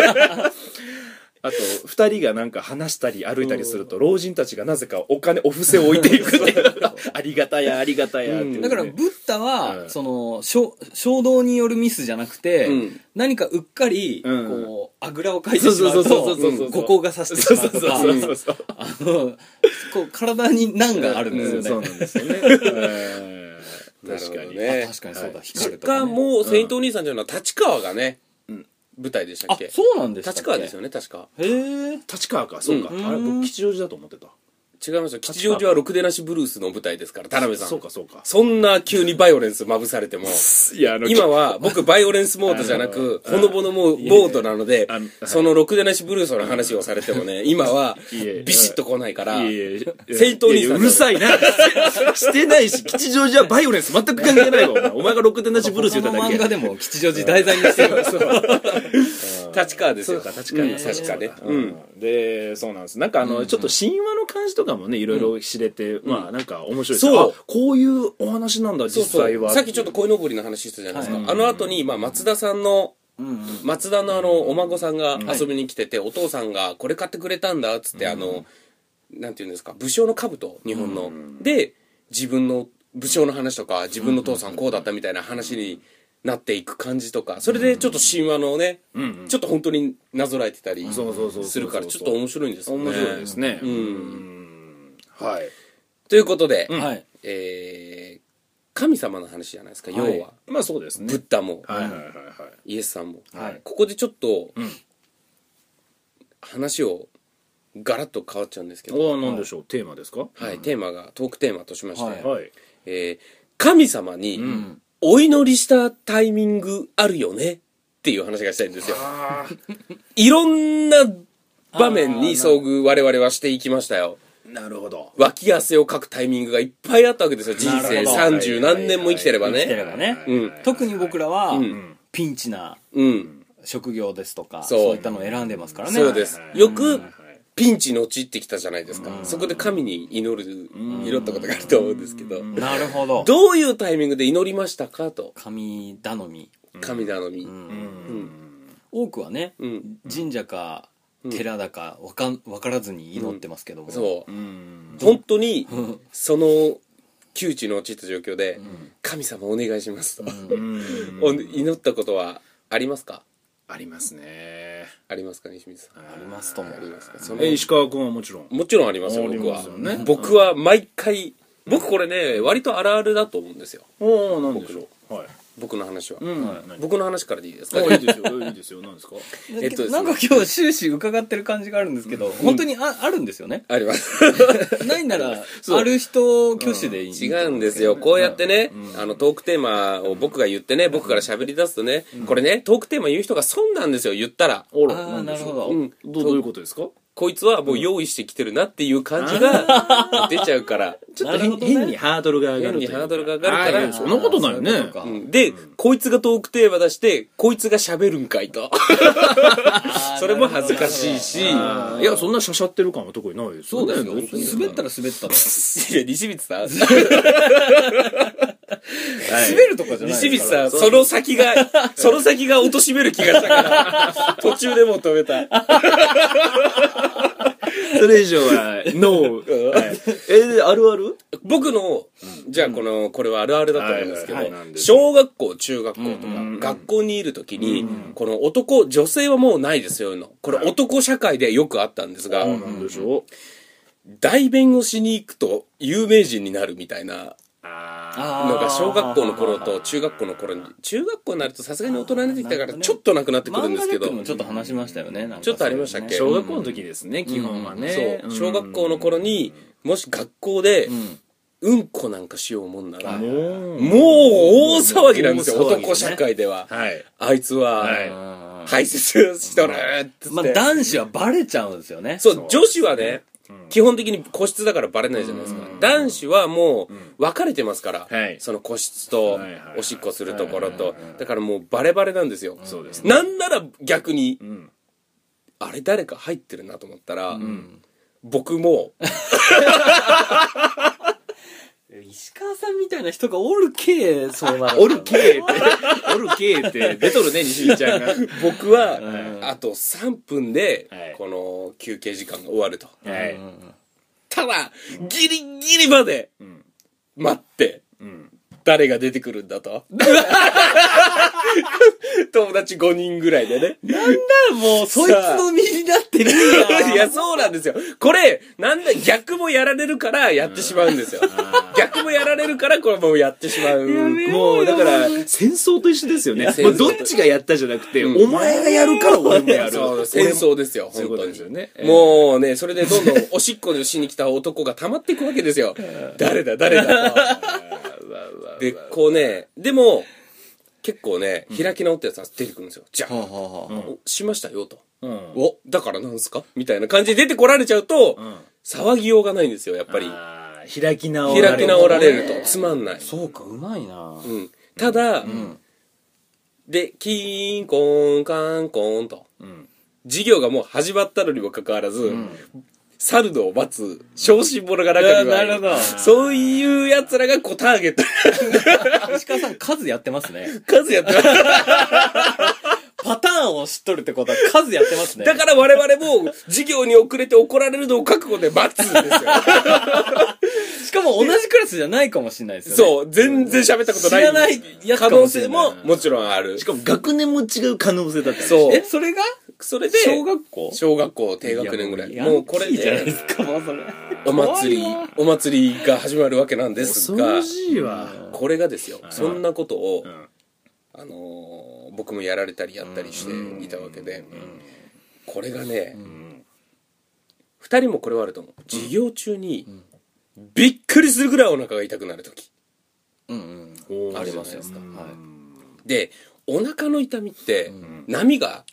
Speaker 3: あと二人がなんか話したり歩いたりすると老人たちがなぜかお金お布施を置いていくっていうありがたやありがたやっていうね、
Speaker 4: だからブッダ
Speaker 3: うん
Speaker 4: はその衝衝動によるミスじゃなくて
Speaker 1: うん
Speaker 4: 何かうっかり
Speaker 3: うん
Speaker 4: こうあぐらをかいてしま
Speaker 3: そう
Speaker 4: う
Speaker 3: そうそう
Speaker 4: と
Speaker 3: そうそうそう
Speaker 4: 五行がさしてしまうとか
Speaker 3: そうそうそう
Speaker 4: あのこう体に難があるん
Speaker 3: うん
Speaker 4: です
Speaker 3: そ
Speaker 4: よ
Speaker 3: う
Speaker 4: ね
Speaker 3: なんですよねえー
Speaker 1: なる
Speaker 3: 確
Speaker 1: ほ
Speaker 3: か
Speaker 1: ど
Speaker 3: に、
Speaker 1: ね
Speaker 4: あ確かにそうだ光
Speaker 1: し
Speaker 4: るとか
Speaker 1: か
Speaker 4: ね
Speaker 1: も、セイントお兄さんというのは立川がね、
Speaker 3: ん
Speaker 1: 舞台でした
Speaker 4: あ
Speaker 1: っけ
Speaker 4: そうなんです
Speaker 1: 立川です
Speaker 4: よ
Speaker 1: よね、確か。
Speaker 4: へえ
Speaker 3: 立川かそうか、
Speaker 4: うん
Speaker 3: あれ僕吉祥寺だと思ってた
Speaker 1: 違いますよ。吉祥寺はろくでなしブルースの舞台ですから、田辺さん。
Speaker 3: そうかそうか
Speaker 1: そんな急にバイオレンスまぶされ ても。
Speaker 3: いやあの
Speaker 1: 今は僕バイオレンスモードじゃなく、ほのぼのもうボードなので
Speaker 3: あのはい、
Speaker 1: そのろくでなしブルースの話をされてもね、今はい
Speaker 3: え
Speaker 1: ビシッと来ないから、
Speaker 3: いやいやいや
Speaker 1: 正当に
Speaker 3: いやいやうるさいな。 してないし、吉祥寺はバイオレンス全く関係ないわ。お前お前がろくでなしブルース
Speaker 4: 他
Speaker 3: 言った
Speaker 4: の
Speaker 3: だけ
Speaker 4: 漫。画でも吉祥寺題材にしてる
Speaker 1: 立川ですよ。
Speaker 3: 確かに
Speaker 1: うん立川ね。
Speaker 3: う
Speaker 1: うん
Speaker 3: ん、でそうなんですなんかあの、ちょっと神話の感じとかもねいろいろ知れて、まあなんか面白いです
Speaker 1: そう
Speaker 3: あこういうお話なんだ
Speaker 1: そう
Speaker 3: 実
Speaker 1: そ
Speaker 3: 際は
Speaker 1: う。さっきちょっと鯉のぼりの話したじゃないです
Speaker 4: は
Speaker 1: か。
Speaker 4: い
Speaker 1: あの後に、まあ松田さんの、松田のあの、お孫さんが遊びに来てて、お父さんがこれ買ってくれたんだ、つって、あの、なんていうんですか、武将の兜、日本の。で、自分の武将の話とか、自分の父さんこうだったみたいな話になっていく感じとか、それでちょっと神話のね、ちょっと本当になぞらえてたり
Speaker 3: そうそうそうそう
Speaker 1: するから、ちょっと面白いんですよね。
Speaker 3: 面白いですねうん、はい
Speaker 1: ということで、
Speaker 4: はい
Speaker 1: えー神様の話じゃないですか、要は。
Speaker 3: まあそうですね
Speaker 1: ブッダも、
Speaker 3: はいはいはいはい
Speaker 1: イエスさんも、
Speaker 4: はい
Speaker 1: ここでちょっと、
Speaker 3: ん
Speaker 1: 話をガラッと変わっちゃうんですけど、
Speaker 3: おお何でしょう、テーマですか
Speaker 1: はい、テーマがトークテーマとしまして、
Speaker 4: はい
Speaker 3: はい
Speaker 1: えー神様に
Speaker 4: ん
Speaker 1: お祈りしたタイミングあるよねっていう話がしたいんですよ。いろんな場面に遭遇我々はしていきましたよ。
Speaker 4: なるほど。
Speaker 1: 脇汗をかくタイミングがいっぱいあったわけですよ。人
Speaker 4: な
Speaker 1: 生
Speaker 4: るほど
Speaker 1: 三十何年も生きてれば
Speaker 4: 生きてれ
Speaker 1: ね。
Speaker 4: ばね。
Speaker 1: うん
Speaker 4: 特に僕らは、
Speaker 1: ん
Speaker 4: ピンチな
Speaker 1: うん。
Speaker 4: 職業ですとか、
Speaker 1: そう
Speaker 4: そういったのを選んでますからね。
Speaker 1: そうです
Speaker 3: は。い
Speaker 1: よく、ピンチに陥ってきたじゃないですか。そこで神に祈る、祈ったことがあると思うんですけど。
Speaker 4: なるほど。
Speaker 1: どういうタイミングで祈りましたかと。
Speaker 4: 神頼み。
Speaker 1: 神頼み。
Speaker 4: 多くはね、
Speaker 1: うん
Speaker 4: 神社か寺だかわかんわからずに祈ってますけども、
Speaker 1: そう
Speaker 3: う。ん
Speaker 1: 本当に、その、窮地に陥った状況で、神様お願いしますと。
Speaker 3: うん
Speaker 1: お祈ったことはありますか
Speaker 3: ありますね
Speaker 1: ありますか西水さん。
Speaker 4: ありますとも
Speaker 1: ありますかその
Speaker 3: え石川君はもちろん
Speaker 1: もちろんありますよ
Speaker 3: あり
Speaker 1: 僕は
Speaker 3: ますよね
Speaker 1: 僕は毎回僕これね割とあるあるだと思うんですよ
Speaker 3: おお何でしょうはい
Speaker 1: 僕の話は
Speaker 3: うん
Speaker 1: 僕の話からでいいですか
Speaker 3: 僕いいですよいいですよ何ですか
Speaker 1: えっとですね
Speaker 4: なんか今日終始伺ってる感じがあるんですけど、本当にああるんですよね
Speaker 1: あります
Speaker 4: ない ならある人挙手でいい、
Speaker 1: 違うんですよこうやってねあのトークテーマを僕が言ってね僕から喋り出すとねこれねトークテーマ言う人が損なんですよ言ったら
Speaker 3: お
Speaker 4: ああなるほど、
Speaker 1: うん
Speaker 3: どうどういうことですか
Speaker 1: こいつはもう用意してきてるなっていう感じ が出ちゃうから
Speaker 3: ち
Speaker 4: ょっと変変に
Speaker 3: ハードルが上
Speaker 1: がるというかあーいや
Speaker 3: そ
Speaker 1: そ
Speaker 3: ん
Speaker 1: ん
Speaker 3: な
Speaker 4: な
Speaker 3: こ
Speaker 4: こととな
Speaker 3: な
Speaker 4: いい
Speaker 3: よ
Speaker 4: よ
Speaker 3: ね
Speaker 4: ね
Speaker 1: うんでこいつがトークテーマ出してこいつが喋るんかいと
Speaker 4: あー
Speaker 1: それも恥ずかしいしいや
Speaker 3: いやそんなしゃしゃってる感は特にないです
Speaker 4: そうですよ
Speaker 3: 別に
Speaker 4: 滑ったら滑ったら
Speaker 1: 西光 さん
Speaker 4: 滑るとかじゃない
Speaker 1: 西光さん、その先が、その先が貶としめる気がした から、途中でもう止めた。
Speaker 3: それ以上はノーはいえあるある
Speaker 1: 僕の、じゃあこの、これはあるあるだと思うんですけど
Speaker 3: はいはいはい、
Speaker 1: 小学校、中学校と
Speaker 3: うんうん
Speaker 1: か、学校にいるときに、この男、女性はもうないですよ、いうの。これ男社会でよくあったんですが、
Speaker 3: なんでしょう
Speaker 1: 代弁をしに行くと有名人になるみたいな
Speaker 3: あ
Speaker 4: あー
Speaker 1: のが小学校の頃と中学校の頃に、中学校になるとさすがに大人になってきたから
Speaker 4: あー
Speaker 1: ちょっとなくなってくるんで
Speaker 4: 漫画
Speaker 1: す
Speaker 4: で
Speaker 1: けど
Speaker 4: く、もちょっと話しましたよねなんか
Speaker 1: ちょっとありましたっけ
Speaker 3: 小学校の時ですね基本はね
Speaker 1: そう、小学校の頃に、もし学校で、
Speaker 4: ん
Speaker 1: うんこなんかしようもんなら、もう
Speaker 3: もう
Speaker 1: 大騒ぎなんですよ、
Speaker 3: 大騒ぎね
Speaker 1: 男社会では。
Speaker 3: はい
Speaker 1: あいつは、
Speaker 3: はい
Speaker 4: あ
Speaker 1: 排泄しとるっつっ
Speaker 4: ー
Speaker 1: て。
Speaker 4: まあ男子はバレちゃうんですよね
Speaker 1: そう、女子はね、基本的に個室だからバレないじゃないですか。男子はもう分かれてますから、
Speaker 3: はい
Speaker 1: その個室と
Speaker 3: はいはい
Speaker 1: おしっこするところと、だからもうバレバレなんですよ。
Speaker 3: そうですね
Speaker 1: なんなら逆に、
Speaker 3: ん
Speaker 1: あれ誰か入ってるなと思ったら、僕も、
Speaker 4: 石川さんみたいな人がおるけそうな
Speaker 3: おるけーって、おるけーって出とるね、西井ちゃんが。
Speaker 1: 僕は、
Speaker 3: ん
Speaker 1: あと3分で
Speaker 3: はい、
Speaker 1: この休憩時間が終わると。
Speaker 3: はい。
Speaker 1: ただ、ギリギリまで
Speaker 3: ん、
Speaker 1: 待って、
Speaker 3: うん。
Speaker 1: 誰が出てくるんだと。 友達5人ぐらいでね。
Speaker 4: もうそいつの身になってるんや
Speaker 1: いや、そうなんですよ。これ、なんだ、逆もやられるからやってしまうんですよ。逆もやられるから、これもうやってしまう。
Speaker 3: もう、だから、戦争と一緒ですよね。
Speaker 1: 戦
Speaker 3: も
Speaker 1: 争
Speaker 3: うどっちがやったじゃなくて、お前がやるから俺もやる。
Speaker 1: そう戦争ですよ、
Speaker 3: そういう
Speaker 1: 本
Speaker 3: こと
Speaker 1: 当
Speaker 3: で
Speaker 1: に
Speaker 3: すよね。
Speaker 1: もうね、それでどんどんおしっこしに来た男が溜まっていくわけですよ。誰だ、誰だと。 で、こうね、でも、結構ね、開き直ったやつは出てくるんですよ。じゃあ、
Speaker 4: はあはあはあ
Speaker 1: おしましたよと。
Speaker 3: うん。
Speaker 1: お、だからなんすかみたいな感じで出てこられちゃうと、
Speaker 3: ん
Speaker 1: 騒ぎようがないんですよ、やっぱり。
Speaker 3: あー開き直られる。
Speaker 1: 開き直られると、つまんない。
Speaker 4: そうかうまいな
Speaker 1: うん、ただ、で、キーンコンカンコンと、
Speaker 3: ん
Speaker 1: 授業がもう始まったのにもかかわらず、去るのを待つ、小心者が中には
Speaker 4: うわなるほど
Speaker 1: そういう奴らがこうターゲット、
Speaker 4: 石川さん数やってますね
Speaker 1: 数やってます
Speaker 4: パターンを知っとるってことは数やってますね
Speaker 1: だから我々も授業に遅れて怒られるのを覚悟で待つんですよ。
Speaker 4: しかも同じクラスじゃないかもしれないです
Speaker 1: そ
Speaker 4: よね
Speaker 1: う、全然喋ったことない。
Speaker 4: 知らないやつ
Speaker 1: 可
Speaker 4: か
Speaker 1: 能
Speaker 4: もしれ
Speaker 1: 性
Speaker 4: ない
Speaker 1: ももちろんある。
Speaker 3: しかも学年も違う可能性だった。う。
Speaker 1: そう。
Speaker 4: えそれが
Speaker 1: それで、
Speaker 4: 小学校
Speaker 1: 小学校低学年ぐらい。
Speaker 4: や
Speaker 1: もうこれ
Speaker 4: ヤンキーじゃない
Speaker 1: で
Speaker 4: で、すかもうそれ
Speaker 1: お祭り
Speaker 4: 怖いわ、
Speaker 1: お祭りが始まるわけなんです
Speaker 3: 恐
Speaker 1: が
Speaker 3: ろ、しいわ。
Speaker 1: これがですよ、そんなことを
Speaker 3: ん、
Speaker 1: あのー、僕もやられたりやったりしていたわけで、これがね、二人もこれはあると思う。授業中に、びっくりするぐらいお腹が痛くなるとき。
Speaker 4: うん
Speaker 3: おー
Speaker 4: うんありますよ
Speaker 1: で、お腹の痛みって、波が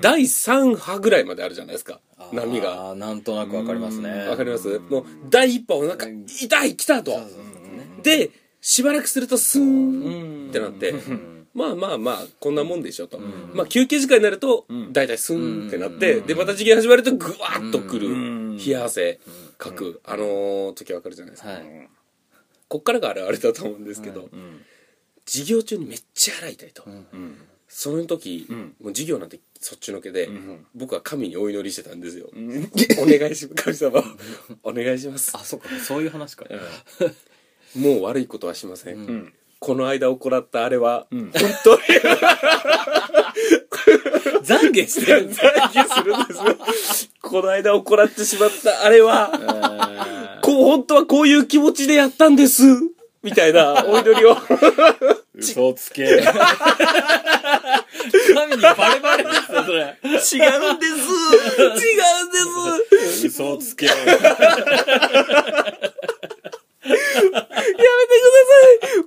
Speaker 1: 第3波ぐらいまであるじゃないですか
Speaker 4: あー
Speaker 1: 波が
Speaker 4: なんとなくわかりますね
Speaker 1: わかりますもう第一波をなんか痛い来たとでしばらくするとスーンってなってまあまあまあこんなもんでしょとまあ休憩時間になると大体スーンってなってでまた授業始まるとグワーッとくる冷や汗かくあのー時わかるじゃないですか
Speaker 4: はい
Speaker 1: こっからがあれあれだと思うんですけど授業中にめっちゃ腹痛いとその時もう授業なんてそっちのけで僕は神にお祈りしてたんですよお願いします神様お願いします
Speaker 4: あそっかそういう話か
Speaker 1: もう悪いことはしません、
Speaker 3: ん
Speaker 1: この間行ったあれは、本当に
Speaker 4: 懺悔してるんです
Speaker 1: 懺悔するんですよこの間行ってしまったあれはこう本当はこういう気持ちでやったんですみたいなお祈りを
Speaker 4: 嘘つけ神にバレバレですよそ
Speaker 1: 違
Speaker 4: れ
Speaker 1: うんです違うんです
Speaker 4: 嘘つけ
Speaker 1: やめてください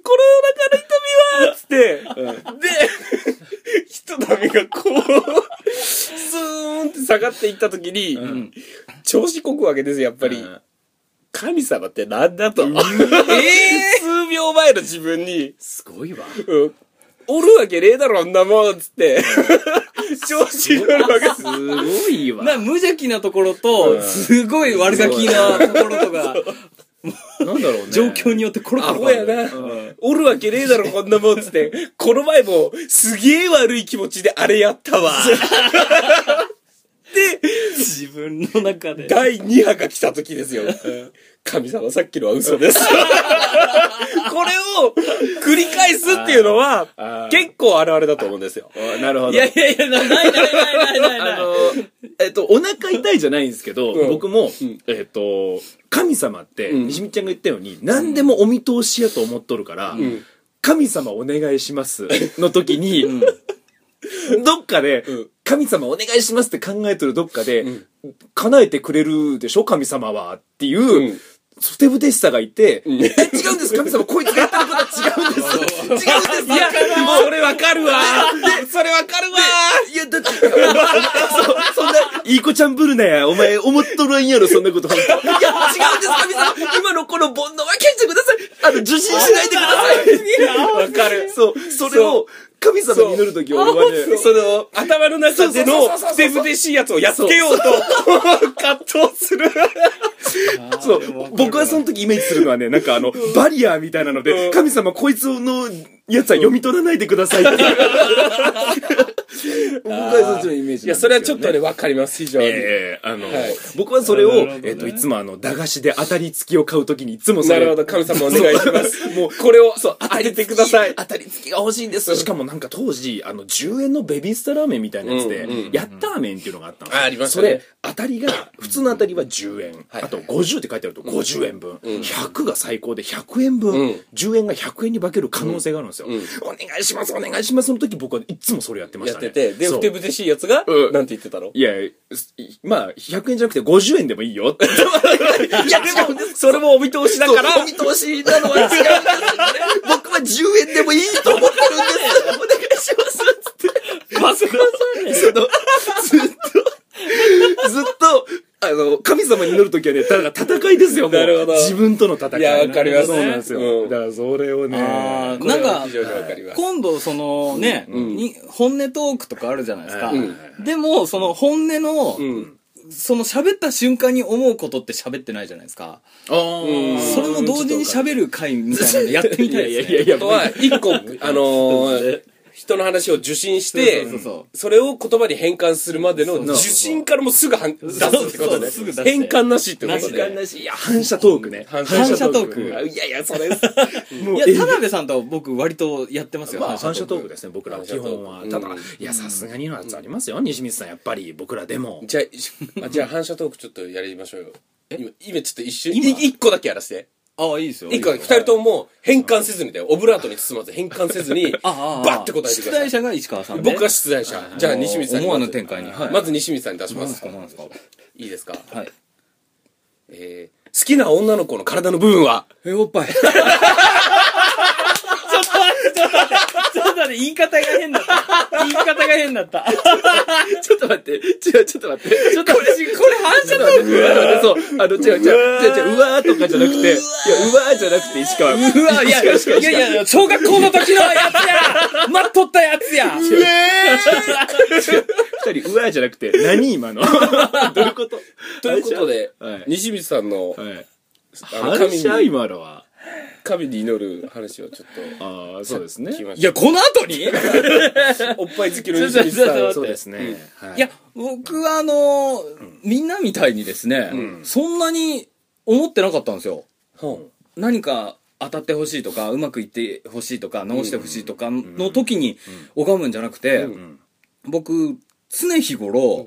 Speaker 1: このお腹の痛みはつって、で、人波がこう、スーンって下がっていった時に、調子こくわけですよ、やっぱり。神様ってなんだと。数秒前の自分に、
Speaker 4: すごいわ
Speaker 1: うんおるわけねえだろ、あんなもんつって、調子に乗るわけです。
Speaker 3: すごい わ。
Speaker 4: な無邪気なところと、すごい悪ガキなところとか、
Speaker 3: なんだろうね。
Speaker 4: 状 況によってコロコ
Speaker 1: ア
Speaker 4: ロ
Speaker 1: ホやな。おるわけねえだ ろ、こんなもんつって。この前も、すげえ悪い気持ちであれやったわ。
Speaker 4: 自分の中で。
Speaker 1: 第2波が来た時ですよ。神様、さっきのは嘘 です。これを繰り返すっていうのは
Speaker 3: あー、
Speaker 1: 結構あるあるだと思うんですよ。
Speaker 3: あなるほど。
Speaker 4: いやいやいや、ないないないないない
Speaker 3: あ
Speaker 4: ない。
Speaker 3: の、えっと、お腹痛いじゃないんですけど、
Speaker 1: うん
Speaker 3: 僕も
Speaker 1: うん、
Speaker 3: えっと、神様って、
Speaker 1: うん
Speaker 3: にじみちゃんが言ったように、何でもお見通しやと思っとるから、
Speaker 1: ん
Speaker 3: 神様お願いしますの時に、どっかで
Speaker 1: うん、
Speaker 3: 神様お願いしますって考えてるどっかで、
Speaker 1: うん
Speaker 3: 叶えてくれるでしょ神様はっていう、
Speaker 1: うん
Speaker 3: ふてぶてしさがいて、
Speaker 1: ん
Speaker 3: え違うんです神様こいつが言ってることは違うんです違うんですいや
Speaker 1: それわかるわそれわかるわ
Speaker 3: いや、だって、そ、 そんな、いい子ちゃんぶるなや。お前、思っとらんやろ、そんなこと。いや、違うんです、神様。今のこの煩悩は消してください。あの、受信しないでください。わかる。そう、それを、神様に祈るとき、俺はね、
Speaker 1: その、頭の中での、ふてぶてしいやつをやっつけようと、 葛藤する。
Speaker 3: そう
Speaker 4: でもわかるわ
Speaker 3: 僕はその時イメージするのはね、なんかあの、バリアーみたいなの
Speaker 1: う
Speaker 3: で、
Speaker 1: ん
Speaker 3: 神様、こいつのやつは読み取らないでくださいっていう。 僕はそっちのイメー
Speaker 1: い
Speaker 3: ジなんですけどね。
Speaker 1: や、それはちょっとね、わかります、非常に。
Speaker 3: ええあの、
Speaker 1: はい
Speaker 3: 僕はそれを、
Speaker 4: なるほどね
Speaker 3: えっ、と、いつもあの、駄菓子で当たり付きを買うときにいつもそ
Speaker 1: な
Speaker 3: れ。
Speaker 1: るほど、神様お願いします。もう、これを当ててください。
Speaker 3: 当たり付きが欲しいんです。しかもなんか当時、あの、10円のベビースターラーメンみたいなやつで、
Speaker 1: うんうんうん
Speaker 3: やったーメンっていうのがあったんですよ
Speaker 1: あありましたね
Speaker 3: それ、当たりが、普通の当たりは10円。あと50って書いてあると50円分。100が最高で100円分、
Speaker 1: うん
Speaker 3: 10円が100円に化ける可能性があるんですよ。
Speaker 1: んうん
Speaker 3: お願いします、お願いしますの時僕はいつもそれやってまし
Speaker 1: やった
Speaker 3: ね。
Speaker 1: てて、で、
Speaker 3: そう
Speaker 1: ふてぶてしいやつが
Speaker 3: う、ん
Speaker 1: なんて言ってたの
Speaker 3: いや、すいまあ、100円じゃなくて50円でもいいよ。いや、でも、それもお見通しだ
Speaker 1: から
Speaker 3: お見通しなのは違うんですよね。 僕は10円でもいいと思ってるんです。お願いします。つって。
Speaker 4: まさか
Speaker 3: その、ずっと、ずっと、あの、神様に祈るときはね、だから戦いですよ、もう
Speaker 1: なるほど
Speaker 3: 自分との戦い。
Speaker 1: いやわかります
Speaker 3: そうなんですよ。
Speaker 1: うん
Speaker 3: だから、それをね。
Speaker 4: あー
Speaker 1: これは
Speaker 4: なんか
Speaker 1: 非常にわかります。
Speaker 4: 今度、そのね、
Speaker 1: ん
Speaker 4: に本音トークとかあるじゃないですか。
Speaker 1: うん
Speaker 4: でも、その本音の、
Speaker 1: うん。
Speaker 4: その喋った瞬間に思うことって喋ってないじゃないですか。
Speaker 3: あー
Speaker 1: うん
Speaker 4: それも同時に喋る回みたいなのやってみたいですね。
Speaker 3: いやいやいや
Speaker 1: あとは、一 個、あのー、人の話を受信して
Speaker 4: そうそうそうそう、
Speaker 1: それを言葉に変換するまでの受信からもすぐはん出すってこと
Speaker 4: そうそう
Speaker 1: ね
Speaker 4: すぐ出して
Speaker 1: 変換なしってこと
Speaker 4: なし
Speaker 1: ね。
Speaker 3: いや、反射トークね。反
Speaker 4: 射トーク
Speaker 1: いやいや、それ、
Speaker 3: もう
Speaker 4: いや、田辺さんと僕割とやってますよ、
Speaker 3: まあ、反
Speaker 4: 反射
Speaker 3: 射
Speaker 4: ト
Speaker 3: ト
Speaker 4: ー
Speaker 3: ークですね、僕らは
Speaker 1: 反射
Speaker 3: 基
Speaker 1: トーク
Speaker 3: 本は。
Speaker 1: うん
Speaker 3: ただ、いや、さすがにのやつありますよ、西光さん、やっぱり、僕らでも。
Speaker 1: じゃあ、あじゃあ反射トークちょっとやりましょうよ。今、今ちょっと一瞬、
Speaker 4: 今
Speaker 1: い一個だけやらせて。
Speaker 4: ク。ああ、いいですよ。
Speaker 1: 一個だけ、二人とももう変換せずにだよ。オブラートに包まず変換せずに、バ
Speaker 4: ああああ
Speaker 1: ッて答えてく
Speaker 4: 出
Speaker 1: ださ
Speaker 4: 題
Speaker 1: い。
Speaker 4: 者が石川さんで。
Speaker 1: 僕が出題者。じゃあ、西光さんに
Speaker 4: 思
Speaker 1: ま
Speaker 4: わ
Speaker 1: ず。
Speaker 4: ぬ展開に。はい。
Speaker 1: まず西光さんに出しま
Speaker 4: 何です
Speaker 1: す
Speaker 4: か。何ですか
Speaker 1: いいですか
Speaker 4: はい。
Speaker 1: えー好きな女の子の体の部分は
Speaker 4: え、おっぱい。ちょっと待って、ちょっとちょっと待って、言い方が変だった。言い方が変だった。
Speaker 3: ちょっと待って、違う、ちょっと 待って。
Speaker 4: ちょっと私、これ反射
Speaker 3: ちょっと待ってうわーそう、あの、違う違う、違う違う、うわーとかじゃなくて、いや、うわーじゃなくて、石川。う
Speaker 4: う わ、いや、いやいやいや、小学校の時のやつ や待っとったやつや
Speaker 3: 二人、うわーじゃなくて、何今の どういうこと
Speaker 1: ということで、
Speaker 3: はい
Speaker 1: 西光さんの
Speaker 3: はい。
Speaker 1: あの神
Speaker 3: 反射
Speaker 1: に
Speaker 3: 今のは。
Speaker 1: 神に祈る話をちょっと
Speaker 3: ああ、そうですね。
Speaker 1: 聞きま
Speaker 4: い
Speaker 1: し
Speaker 4: や、この後にい
Speaker 1: たおっぱい好きの西光さん
Speaker 4: ちょっと待って
Speaker 3: そうですね。はい。
Speaker 4: や、僕はあの、みんなみたいにですね、そんなに思ってなかったんですよ。何か当たってほしいとか、うまくいってほしいとか、直してほしいとかの時に拝むんじゃなくて、
Speaker 3: ん
Speaker 4: 僕、常日頃、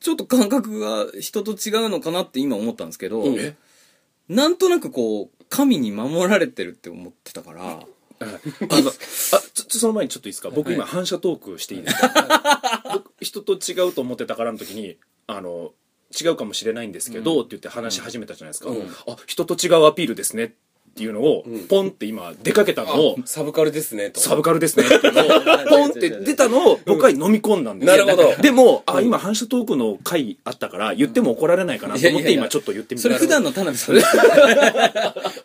Speaker 4: ちょっと感覚が人と違うのかなって今思ったんですけど、
Speaker 1: え
Speaker 4: なんとなくこう、神に守られてるって思ってたから、
Speaker 3: あの、あ、ちょ、ちょその前にちょっといいですか僕今反射トークしていいですか 僕人と違うと思ってたからの時に、あの、違うかもしれないんですけど、って言って話し始めたじゃないですか。あ、人と違うアピールですねっていうのを、ポンって今出かけたのを、
Speaker 1: サブカルですねと
Speaker 3: サブカルですねっていうの をポンって出たのを僕は飲み込んだんですよ
Speaker 1: なるほど
Speaker 3: でも、あ、今反射トークの回あったから言っても怒られないかなと思っ
Speaker 4: いやいや
Speaker 3: て
Speaker 4: いや
Speaker 3: 今ちょっと言ってみ
Speaker 4: そ
Speaker 3: た
Speaker 4: れ普段の田辺さんですよね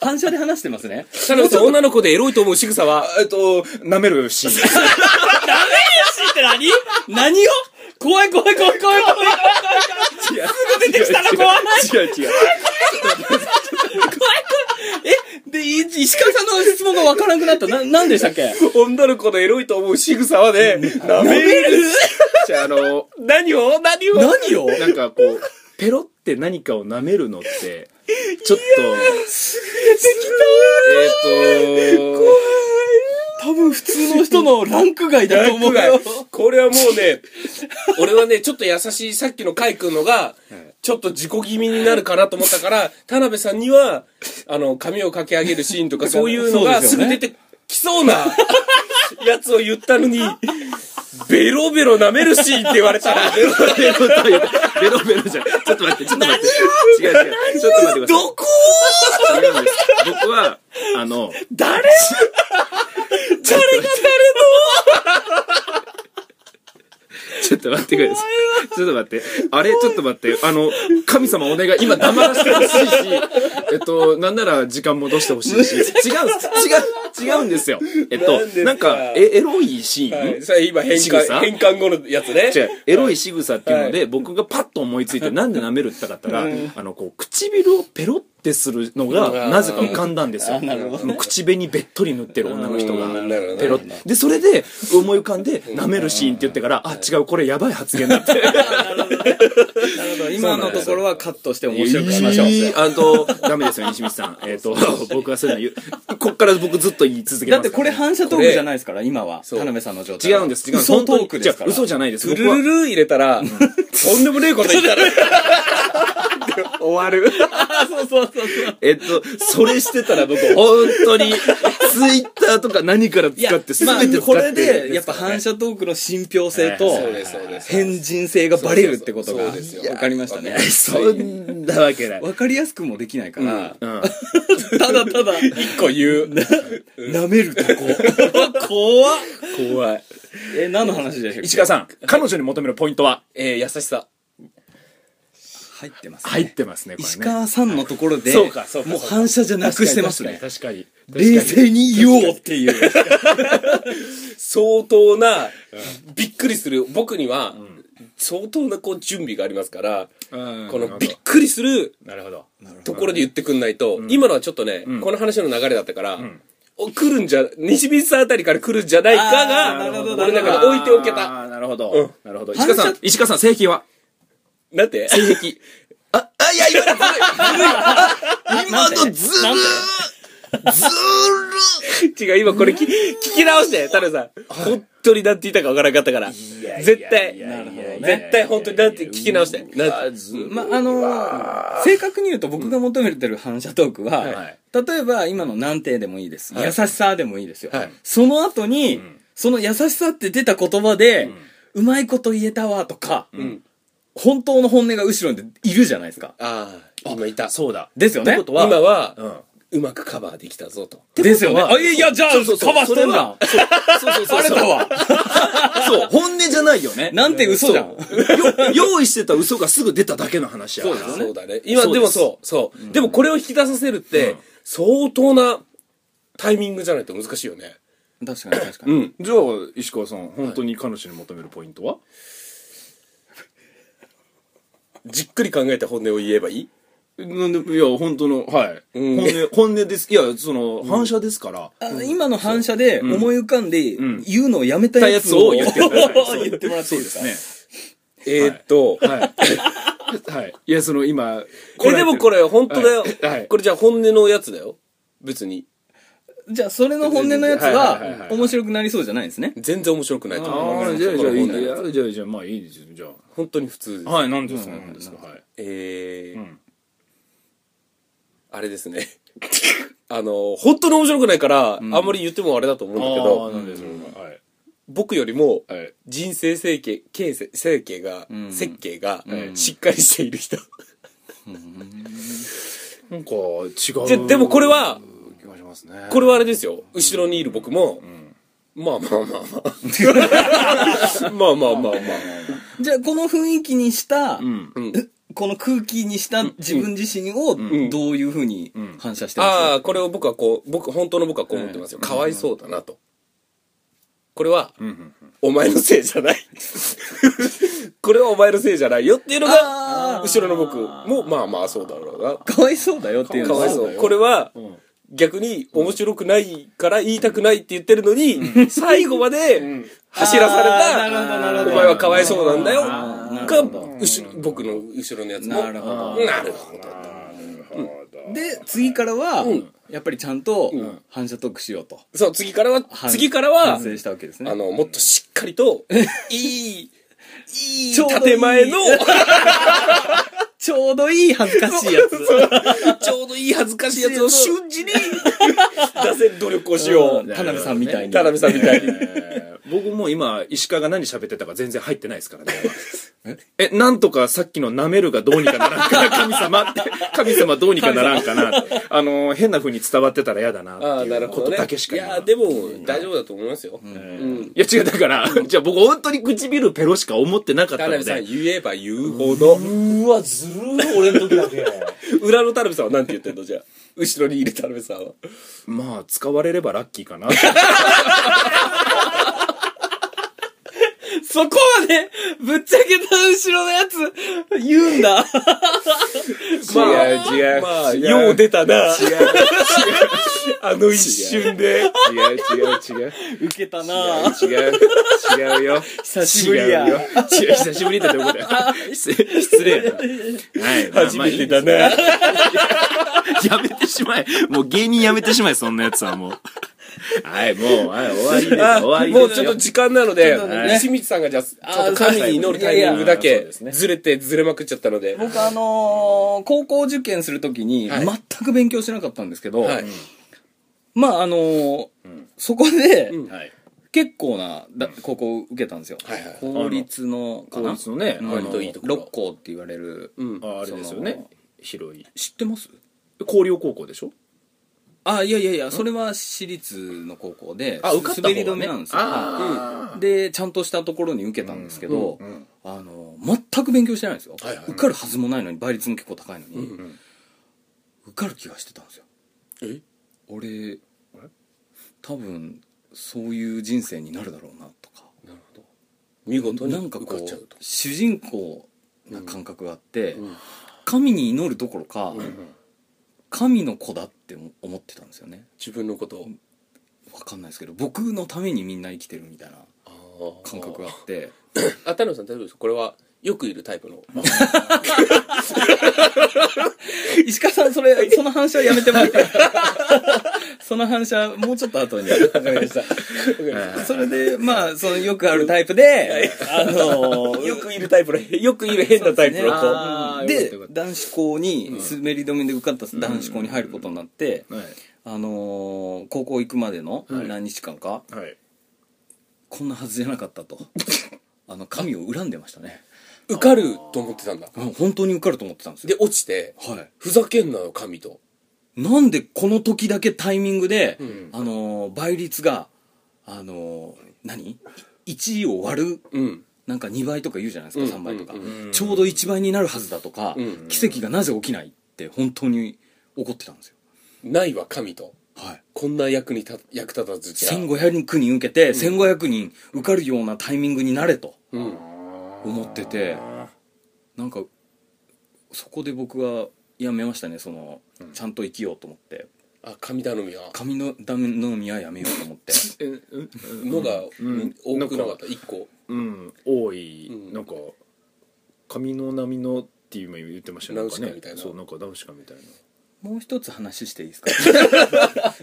Speaker 4: 反射で話してますね。
Speaker 1: 田辺さん女の子でエロいと思う仕草は
Speaker 3: えっと、舐めるし。
Speaker 4: って何何を怖い怖い怖い怖い怖い怖いすぐ出てきたの怖い
Speaker 3: 違う違う。
Speaker 4: えで、い石川さんの質問がわからなくなった。な、なんでしたっけ
Speaker 1: 女の子のエロいと思う仕草は ねなめ
Speaker 4: メール
Speaker 3: じゃあ、あの、
Speaker 1: 何を何を
Speaker 4: 何を
Speaker 3: なんかこう、ペロって何かを舐めるのって、ちょっと、
Speaker 1: えっと
Speaker 4: 多分普通の人のランク外だと思うよ。
Speaker 1: これはもうね、俺はね、ちょっと優しいさっきのカイ君のが、ちょっと自己気味になるかなと思ったから、田辺さんには、あの、髪をかき上げるシーンとかそういうの
Speaker 4: そう
Speaker 1: が
Speaker 4: で
Speaker 1: す
Speaker 4: すよね
Speaker 1: ぐ出てきそうなやつを言ったのに、ベロベロ舐めるシーンって言われたら、
Speaker 3: ベロベロベロじゃん。ちょっと待って、ちょっと待って。違う違う。ちょっと待ってください。
Speaker 4: どこ
Speaker 3: 違うんです僕は、あの、
Speaker 4: 誰
Speaker 3: ちょっと待ってください。ちょっと待って。あれちょっと待って。あの、神様お願い。今黙らせてほしいし、えっと、なんなら時間戻してほしいし。違うんです。違う、違うんですよ。えっ
Speaker 1: なんです
Speaker 3: と、
Speaker 1: か
Speaker 3: なんか、えエロいシーン、
Speaker 1: それ今変
Speaker 3: 仕草
Speaker 1: 換、変換後のやつね。
Speaker 3: 違う、エロい仕草っていうので、僕がパッと思 いついて、なんで舐めるって言ったから、あの、こう、唇をペロってするのが、なぜか浮かんだんですよ。口紅べっとり塗ってる女の人が
Speaker 1: うんなるほどね、
Speaker 3: ペロって。で、それで、思い浮かんで、舐めるシーンって言ってから、あ、違う、これやばい発言だって。
Speaker 4: 今のところはカットして面白くしましょう。
Speaker 3: えーあと、ダメですよ、西光さん。えっと、僕はそういうの言う。こっから僕ずっと言い続け
Speaker 4: だっ
Speaker 3: ますか
Speaker 4: てこ
Speaker 3: ら。
Speaker 4: れ反射トークじゃないですから、今は。田
Speaker 1: う
Speaker 4: 辺さんの状態。
Speaker 3: 違うんです、違うんです。
Speaker 4: 嘘トークですから。
Speaker 3: 本当に違う嘘じゃないです。
Speaker 1: ル
Speaker 3: 僕
Speaker 1: ル
Speaker 3: は
Speaker 1: ルル入れたら、とんでもねえこと言ったら、
Speaker 3: 終わる。
Speaker 4: あ、そうそうそうそう。
Speaker 3: えっと、それしてたら僕、本当に、ツイッターとか何から
Speaker 4: いや
Speaker 3: 使って、、全
Speaker 4: まあ
Speaker 3: て使って、
Speaker 4: これで、やっぱ反射トークの信憑性と、
Speaker 1: そうです、そうです。
Speaker 4: 変人性がバレるってことが
Speaker 1: そうですよ
Speaker 4: 分かりましたね。
Speaker 3: そんなわけない。
Speaker 4: 分かりやすくもできないから、
Speaker 3: うん。
Speaker 4: ただただ、一個言う。舐めるとこ。 怖っ。
Speaker 1: 怖い。
Speaker 4: え、何の話でしたっけ
Speaker 3: 石川さん、彼女に求めるポイントは
Speaker 1: えー優しさ。
Speaker 4: 入ってますね。
Speaker 3: 入ってますね、これね。
Speaker 4: 石川さんのところで、
Speaker 3: そうかそうか
Speaker 4: もう反射じゃなくしてますね。
Speaker 3: 確かに。確かに
Speaker 4: 冷静に言おうっていう。
Speaker 1: 相当な、びっくりする、僕には、相当なこう準備がありますから、
Speaker 3: うん
Speaker 1: こ
Speaker 3: なる
Speaker 1: の
Speaker 3: ほ
Speaker 1: び
Speaker 3: ど
Speaker 1: っくりする
Speaker 3: なるほど。
Speaker 1: ところで言ってくんないと、今のはちょっとね、この話の流れだったから、お来るんじゃ、西水さんあたりから来るんじゃないか
Speaker 4: あーなる
Speaker 1: が
Speaker 4: ほ、ど
Speaker 1: 俺の中で置いておけた。
Speaker 3: あー。なるほど。
Speaker 1: うん
Speaker 3: なるほど。石
Speaker 4: 反
Speaker 3: 川
Speaker 4: 射
Speaker 3: さん、石川さん、性癖は
Speaker 1: なんて
Speaker 3: 性癖。あ、あ、いや、今のずるい。今のずるーずる ー
Speaker 1: 違う、今これき聞き直して、タレさん。本当になんて言ったかわからなかったから。絶対、絶対本当になんて聞き直して。なんて
Speaker 4: まあ、あのー正確に言うと僕が求めてる反射トークは、
Speaker 3: はい
Speaker 4: 例えば今の難点でもいいです、優しさでもいいですよ。
Speaker 1: はい
Speaker 4: その後に、その優しさって出た言葉で、うまいこと言えたわとか、本当の本音が後ろにいるじゃないですか。
Speaker 1: ああ、今いた。
Speaker 3: そうだ。
Speaker 4: ですよね
Speaker 3: ってことは、
Speaker 1: 今は
Speaker 3: うん。
Speaker 1: うまくカバーできたぞと。
Speaker 4: ですよね。あ、いや、じゃあ、
Speaker 3: そうそうそう
Speaker 4: カバーしてんだ。
Speaker 3: そうそうそう
Speaker 4: バレたわ。
Speaker 3: そう、本音じゃないよね。
Speaker 4: なんて嘘じゃん。
Speaker 3: よ用意してた嘘がすぐ出ただけの話やから。
Speaker 1: そうだね。今、でもそう、そう。でもこれを引き出させるって、相当なタイミングじゃないと難しいよね。
Speaker 4: 確かに確か
Speaker 3: う
Speaker 4: に。
Speaker 3: ん。じゃあ、石川さん、本当に彼女に求めるポイントは、
Speaker 1: じっくり考えて本音を言えばいい
Speaker 3: なんで、いや、本当の、はい。
Speaker 1: うん
Speaker 3: 本音、本音です。いや、その、反射ですから。
Speaker 4: あ今の反射で思い浮かんで、言うのをやめたやつ
Speaker 3: を
Speaker 4: を
Speaker 3: 言
Speaker 4: 言
Speaker 3: っ
Speaker 4: って
Speaker 3: ください
Speaker 4: てもらっていいですか
Speaker 1: えーっと、
Speaker 3: はい。はい。いや、その、今、
Speaker 1: え、でもこれ本当だよ
Speaker 3: はいはい。
Speaker 1: これじゃあ本音のやつだよ。別に。
Speaker 4: じゃあ、それの本音のやつ
Speaker 3: はいはいはいは、
Speaker 4: はい面白くなりそうじゃないんですね。
Speaker 1: 全然面白くないと思う。
Speaker 3: ああ、じゃあ、じゃあ、いい
Speaker 1: この本音のやつ
Speaker 3: じゃあ、じゃあ、まあいいですよ、じゃ
Speaker 1: 本当に普通です
Speaker 3: あ。。はい、なんですか、なんですか、はい。
Speaker 1: えー
Speaker 3: ん
Speaker 1: あれですね。 あの、本当に面白くないから、あんまり言ってもあれだと思うんだけ
Speaker 3: ああ、
Speaker 1: ど、
Speaker 3: なんですか、はい。
Speaker 1: 僕よりも、
Speaker 3: はい。
Speaker 1: 人生整形、形成、整形が、設計が、しっかりしている人。
Speaker 3: なんか、違う。
Speaker 1: じゃでもこれは、
Speaker 3: 気がしますね。
Speaker 1: これはあれですよ。後ろにいる僕も、まあま あまあまあ。まあまあまあまあ。
Speaker 4: じゃあ、この雰囲気にした、
Speaker 3: ん
Speaker 1: うん
Speaker 4: この空気にした自分自身をどういうふうに反射してます
Speaker 1: ああ、これを僕はこう、僕、本当の僕はこう思ってますよ。かわいそうだなと。これは、お前のせいじゃ ない。これはお前のせいじゃないよっていうのが、
Speaker 4: あー
Speaker 1: 後ろの僕も、まあまあそうだろうな。
Speaker 4: かわいそうだよっていう
Speaker 1: か
Speaker 4: の
Speaker 1: わい
Speaker 4: は
Speaker 1: そうこれは、逆に面白くないから言いたくないって言ってるのに、最後まで走らされ
Speaker 4: あーなるほどな
Speaker 1: た
Speaker 4: る
Speaker 1: お
Speaker 4: ほど
Speaker 1: 前はかわいそうなんだよ
Speaker 4: あーな
Speaker 1: が
Speaker 4: るほど
Speaker 1: 後ろ僕の後ろのやつも
Speaker 4: なるほど
Speaker 1: なるほど
Speaker 4: で次からは、やっぱりちゃんと反射トークしようと、
Speaker 1: そう次からは
Speaker 4: 反
Speaker 1: 次からは
Speaker 4: 反省したわけですね
Speaker 1: あのもっとしっかり といいいい
Speaker 4: ちょうどいい
Speaker 1: 建前の
Speaker 4: ちょうどいい恥ずかしいや つ
Speaker 1: ちょうどいい恥ずかしいやつを瞬 時に出せる努力をしよう
Speaker 4: 田辺さんみたいに
Speaker 1: 田辺さんみたいに
Speaker 3: えー僕もう今石川が何喋ってたか全然入ってないですからねえなんとかさっきの「なめる」がどうにかならんかな神様って神様どうにかならんかなってあのー変な風に伝わってたら嫌だな
Speaker 1: あ
Speaker 3: っ
Speaker 1: あ
Speaker 3: て
Speaker 1: ないる
Speaker 3: うこ
Speaker 1: ほど
Speaker 3: と
Speaker 1: ね
Speaker 3: だけしか
Speaker 1: い
Speaker 3: 今
Speaker 1: やでも大丈夫だと思いますよ、うん
Speaker 3: いや違うだからじゃあ僕本当に唇ペロしか思ってなかっ
Speaker 1: 田
Speaker 3: たの
Speaker 1: 辺さん
Speaker 3: で
Speaker 1: 言えば言うほ ど
Speaker 5: うわ、ずるー、俺の時だけ。
Speaker 1: 裏の田辺さんはなんて言ってんのじゃあ後ろにいる田辺さんは
Speaker 3: まあ使われればラッキ ーかな
Speaker 4: そこまでぶっちゃけた後ろのやつ言うんだ
Speaker 3: 違う違う
Speaker 1: まあ
Speaker 3: 違う
Speaker 1: よう出たなあの一瞬で
Speaker 3: 違う違う違う
Speaker 4: ウケたなぁ
Speaker 3: 違う違うよ
Speaker 4: 久しぶりや
Speaker 3: 違うよ違う久しぶりだってことだよ失失礼 やなはいまあ
Speaker 1: 初
Speaker 3: まあ
Speaker 1: め
Speaker 3: いい
Speaker 1: て
Speaker 3: です
Speaker 1: だな
Speaker 3: やめてしまえ。もう芸人やめてしまえ、そんなやつはもう。はい、もう、はい、終わりです。終わ
Speaker 1: あ
Speaker 3: り
Speaker 1: も
Speaker 3: ですよ。
Speaker 1: うちょっと時間なので
Speaker 4: と
Speaker 3: ね
Speaker 1: 清水さんがじゃあちょっと
Speaker 4: あー
Speaker 1: 神に祈るタイミングだ
Speaker 3: いやいやそう
Speaker 1: け
Speaker 3: ですね
Speaker 1: ずれてずれまくっちゃったので
Speaker 4: 僕あのー高校受験するときに
Speaker 1: はい
Speaker 4: 全く勉強しなかったんですけど、
Speaker 1: はい
Speaker 4: まああのーそこで
Speaker 1: うん
Speaker 3: はい。
Speaker 4: 結構なだ高校受けたんですよ、
Speaker 1: はいはい
Speaker 4: 公立のか
Speaker 3: 効
Speaker 4: な
Speaker 3: 率のね、あ
Speaker 4: うん
Speaker 3: の
Speaker 1: 割といいところ
Speaker 4: 六校って言われる、
Speaker 1: うん
Speaker 3: ああれですよね。広い。
Speaker 4: 知ってます
Speaker 3: 広陵高校でしょ
Speaker 4: あいやいやいやそれは私立の高校で
Speaker 3: あ、受かった方は
Speaker 4: 滑り
Speaker 3: ね
Speaker 4: 止めなんですよ
Speaker 3: あ
Speaker 4: はいでちゃんとしたところに受けたんですけど、あの全く勉強してないんですよ、
Speaker 1: はいはい
Speaker 4: 受かるはずもないのに倍率も結構高いのに、受かる気がしてたんですよ
Speaker 1: え
Speaker 4: 俺多分そういう人生になるだろうなとか
Speaker 1: 見事に
Speaker 4: なんかこ
Speaker 1: 受っちゃ
Speaker 4: う
Speaker 1: うと
Speaker 4: 主人公な感覚があって、神に祈るどころか、神の子だって思ってたんですよね
Speaker 1: 自分のことを
Speaker 4: わかんないですけど僕のためにみんな生きてるみたいな
Speaker 1: あー
Speaker 4: 感覚があって
Speaker 1: あ田辺さん大丈夫ですこれはよくいるタイプの
Speaker 4: 石川さんそれその反射やめてもらって その反射もうちょっと後 に それでまあそのよくあるタイプであの
Speaker 1: よくいるタイプのよくいる変なタイプの子
Speaker 3: あーよ
Speaker 4: で
Speaker 3: かったよかっ
Speaker 4: 男子校に滑り止めで受かった男子校に入ることになって、
Speaker 3: たはい。
Speaker 4: あのー高校行くまでの何日間か、
Speaker 3: はい。
Speaker 4: こんなはずじゃなかったと あの神を恨んでましたね
Speaker 1: 受かると思ってたんだ
Speaker 4: うん本当に受かると思ってたんですよ
Speaker 1: で落ちて
Speaker 4: はい
Speaker 1: ふざけんなよ神と
Speaker 4: なんでこの時だけタイミングで、あのー倍率があのー何1を割る、
Speaker 1: うん。
Speaker 4: なんか2倍とか言うじゃないですか、
Speaker 1: う
Speaker 4: 3
Speaker 1: ん
Speaker 4: 倍とか、
Speaker 1: うん
Speaker 3: うん
Speaker 4: ちょうど1倍になるはずだとか、
Speaker 1: うん
Speaker 4: 奇跡がなぜ起きないって本当に起こってたんですよ
Speaker 1: ないは神と。
Speaker 4: はい
Speaker 1: こんな役に立役立たずじゃ。
Speaker 4: 1500人受けて、1500人受かるようなタイミングになれと
Speaker 1: うん。
Speaker 4: 思っててなんかそこで僕はやめましたねその、ちゃんと生きようと思って
Speaker 1: あ、神頼みは。
Speaker 4: 神のダメの宮やめようと思って
Speaker 1: のが、
Speaker 3: ん
Speaker 1: うん多くなかった。一個。
Speaker 3: うん多い、
Speaker 1: うん
Speaker 3: なんか髪の波のっていうの言ってましたねなんか
Speaker 1: ナウシカみたい
Speaker 3: ね
Speaker 1: な
Speaker 3: そうなんかダウシカみたいな
Speaker 4: もう一つ話 していいですか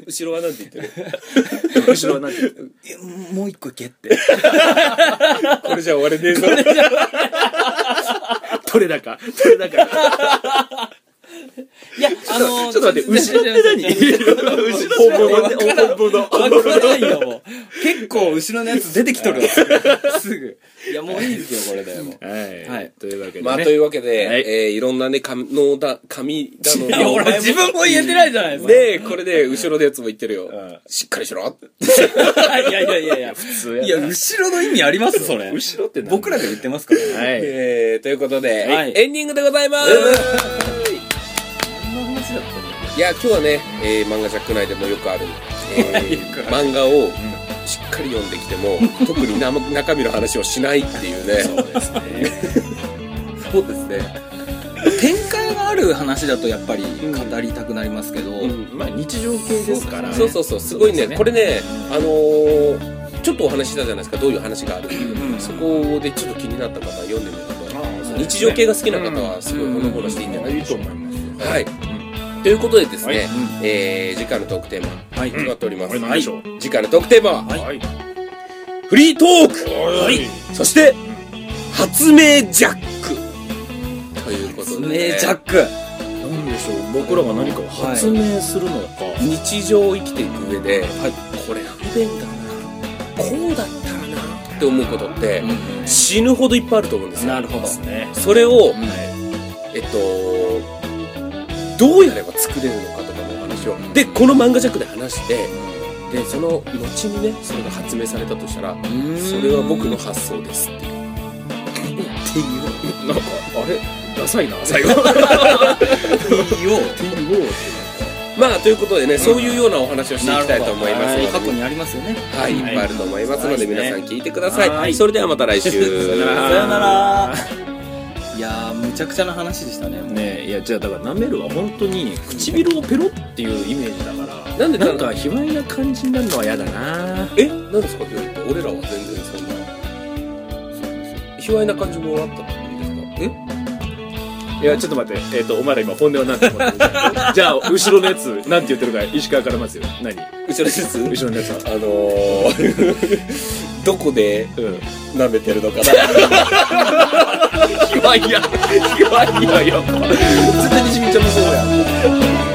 Speaker 1: 後ろはなんて言ってる
Speaker 3: 後ろはなんて
Speaker 4: いやもう一個いけって
Speaker 1: これじゃ終われ ねえぞ。
Speaker 3: 取れ高取れ 高
Speaker 4: いやあの
Speaker 3: ちょっと待って後ろって何 後ろって何本物
Speaker 4: わからないよ、もう。結構、後ろのやつ出てきとるわ。 すぐ。いや、もういいですよ、これで。もう
Speaker 3: はい、
Speaker 4: はい
Speaker 3: というわけで、ね
Speaker 1: まあ、というわけで、
Speaker 3: はい
Speaker 1: えーいろんなね、神のだ、神頼み。
Speaker 4: いや、俺、自分も言えてないじゃないですか。
Speaker 1: で、これで、後ろのやつも言ってるよ。しっかりしろ。
Speaker 4: いやいやいやいや。
Speaker 3: そうや
Speaker 4: いや、後ろの意味ありますそれ。
Speaker 3: 後ろって何
Speaker 4: 僕らが言ってますからね。
Speaker 3: はい、
Speaker 1: えー、ということで、
Speaker 4: はい
Speaker 1: エンディングでございます、いや今日はね、えー漫画ジャック内でもよくある、え ー漫画をしっかり読んできても、特にな 中身の話をしないっていうねそうですねそうですね
Speaker 4: 展開がある話だと、やっぱり、語りたくなりますけど、
Speaker 3: まあ日常系ですから、
Speaker 1: そうそうそうすごいね
Speaker 3: そうですね
Speaker 1: これねあのーちょっとお話ししたじゃないですかどういう話があるっていう
Speaker 4: うん
Speaker 1: そこでちょっと気になった方は読んでみる
Speaker 3: あ
Speaker 1: と
Speaker 3: あそうですね
Speaker 1: 日常系が好きな方はすごいほのぼのしていいんじゃない
Speaker 3: いいと思います
Speaker 1: はい、ということでですね、
Speaker 3: はい
Speaker 1: えー次回のトークテーマ
Speaker 4: はい。
Speaker 1: 決まっております、
Speaker 3: これ何でしょう
Speaker 1: 次回のトークテーマは、
Speaker 3: はい
Speaker 1: フリートーク
Speaker 3: はい
Speaker 1: そして発明ジャックということで、
Speaker 4: ねジャック。
Speaker 3: 何でしょう僕らが何かを発明するのか、
Speaker 1: 日常を生きていく上で、これ不便だなこうだったらなって思うことって、死ぬほどいっぱいあると思うんですよ
Speaker 4: なるほど。
Speaker 3: ね
Speaker 1: それを、
Speaker 4: ん
Speaker 1: えっとどうやれば作れるのかとかのお話をでこの漫画ジャックで話してでその後にねそれが発明されたとしたらそれは僕の発想ですっていう
Speaker 3: なんかあれダサいな最後
Speaker 4: いいよ。
Speaker 1: まあということでね、そういうようなお話をしていきたいと思いますので
Speaker 4: 過去にありますよね。
Speaker 1: はい、いっぱいあると思いますので、
Speaker 4: はい
Speaker 1: 皆さん聞いてください。
Speaker 3: はい
Speaker 1: それではまた来週。
Speaker 4: さよなら。いやー、むちゃくちゃな話でしたね。もう
Speaker 3: ねいやじゃあだから舐めるは本当に唇をペロっていうイメージだから
Speaker 1: なんで
Speaker 3: なんか卑猥な感じになるのは嫌だな
Speaker 1: え、なんですかって言われて、俺らは全然そんな。卑猥な感じもあったんですか
Speaker 3: いやちょっと待ってえっ、とお前ら今本音は何て言って るじゃあ後ろのやつなんて言ってるか石川からまずよ何
Speaker 1: え後ろです
Speaker 3: 後ろのやつは
Speaker 1: あのー、 どこで
Speaker 3: うん
Speaker 1: 舐めてるのかな。
Speaker 3: 卑猥や卑猥ややっぱ
Speaker 1: 絶対にじみちゃんもそうや。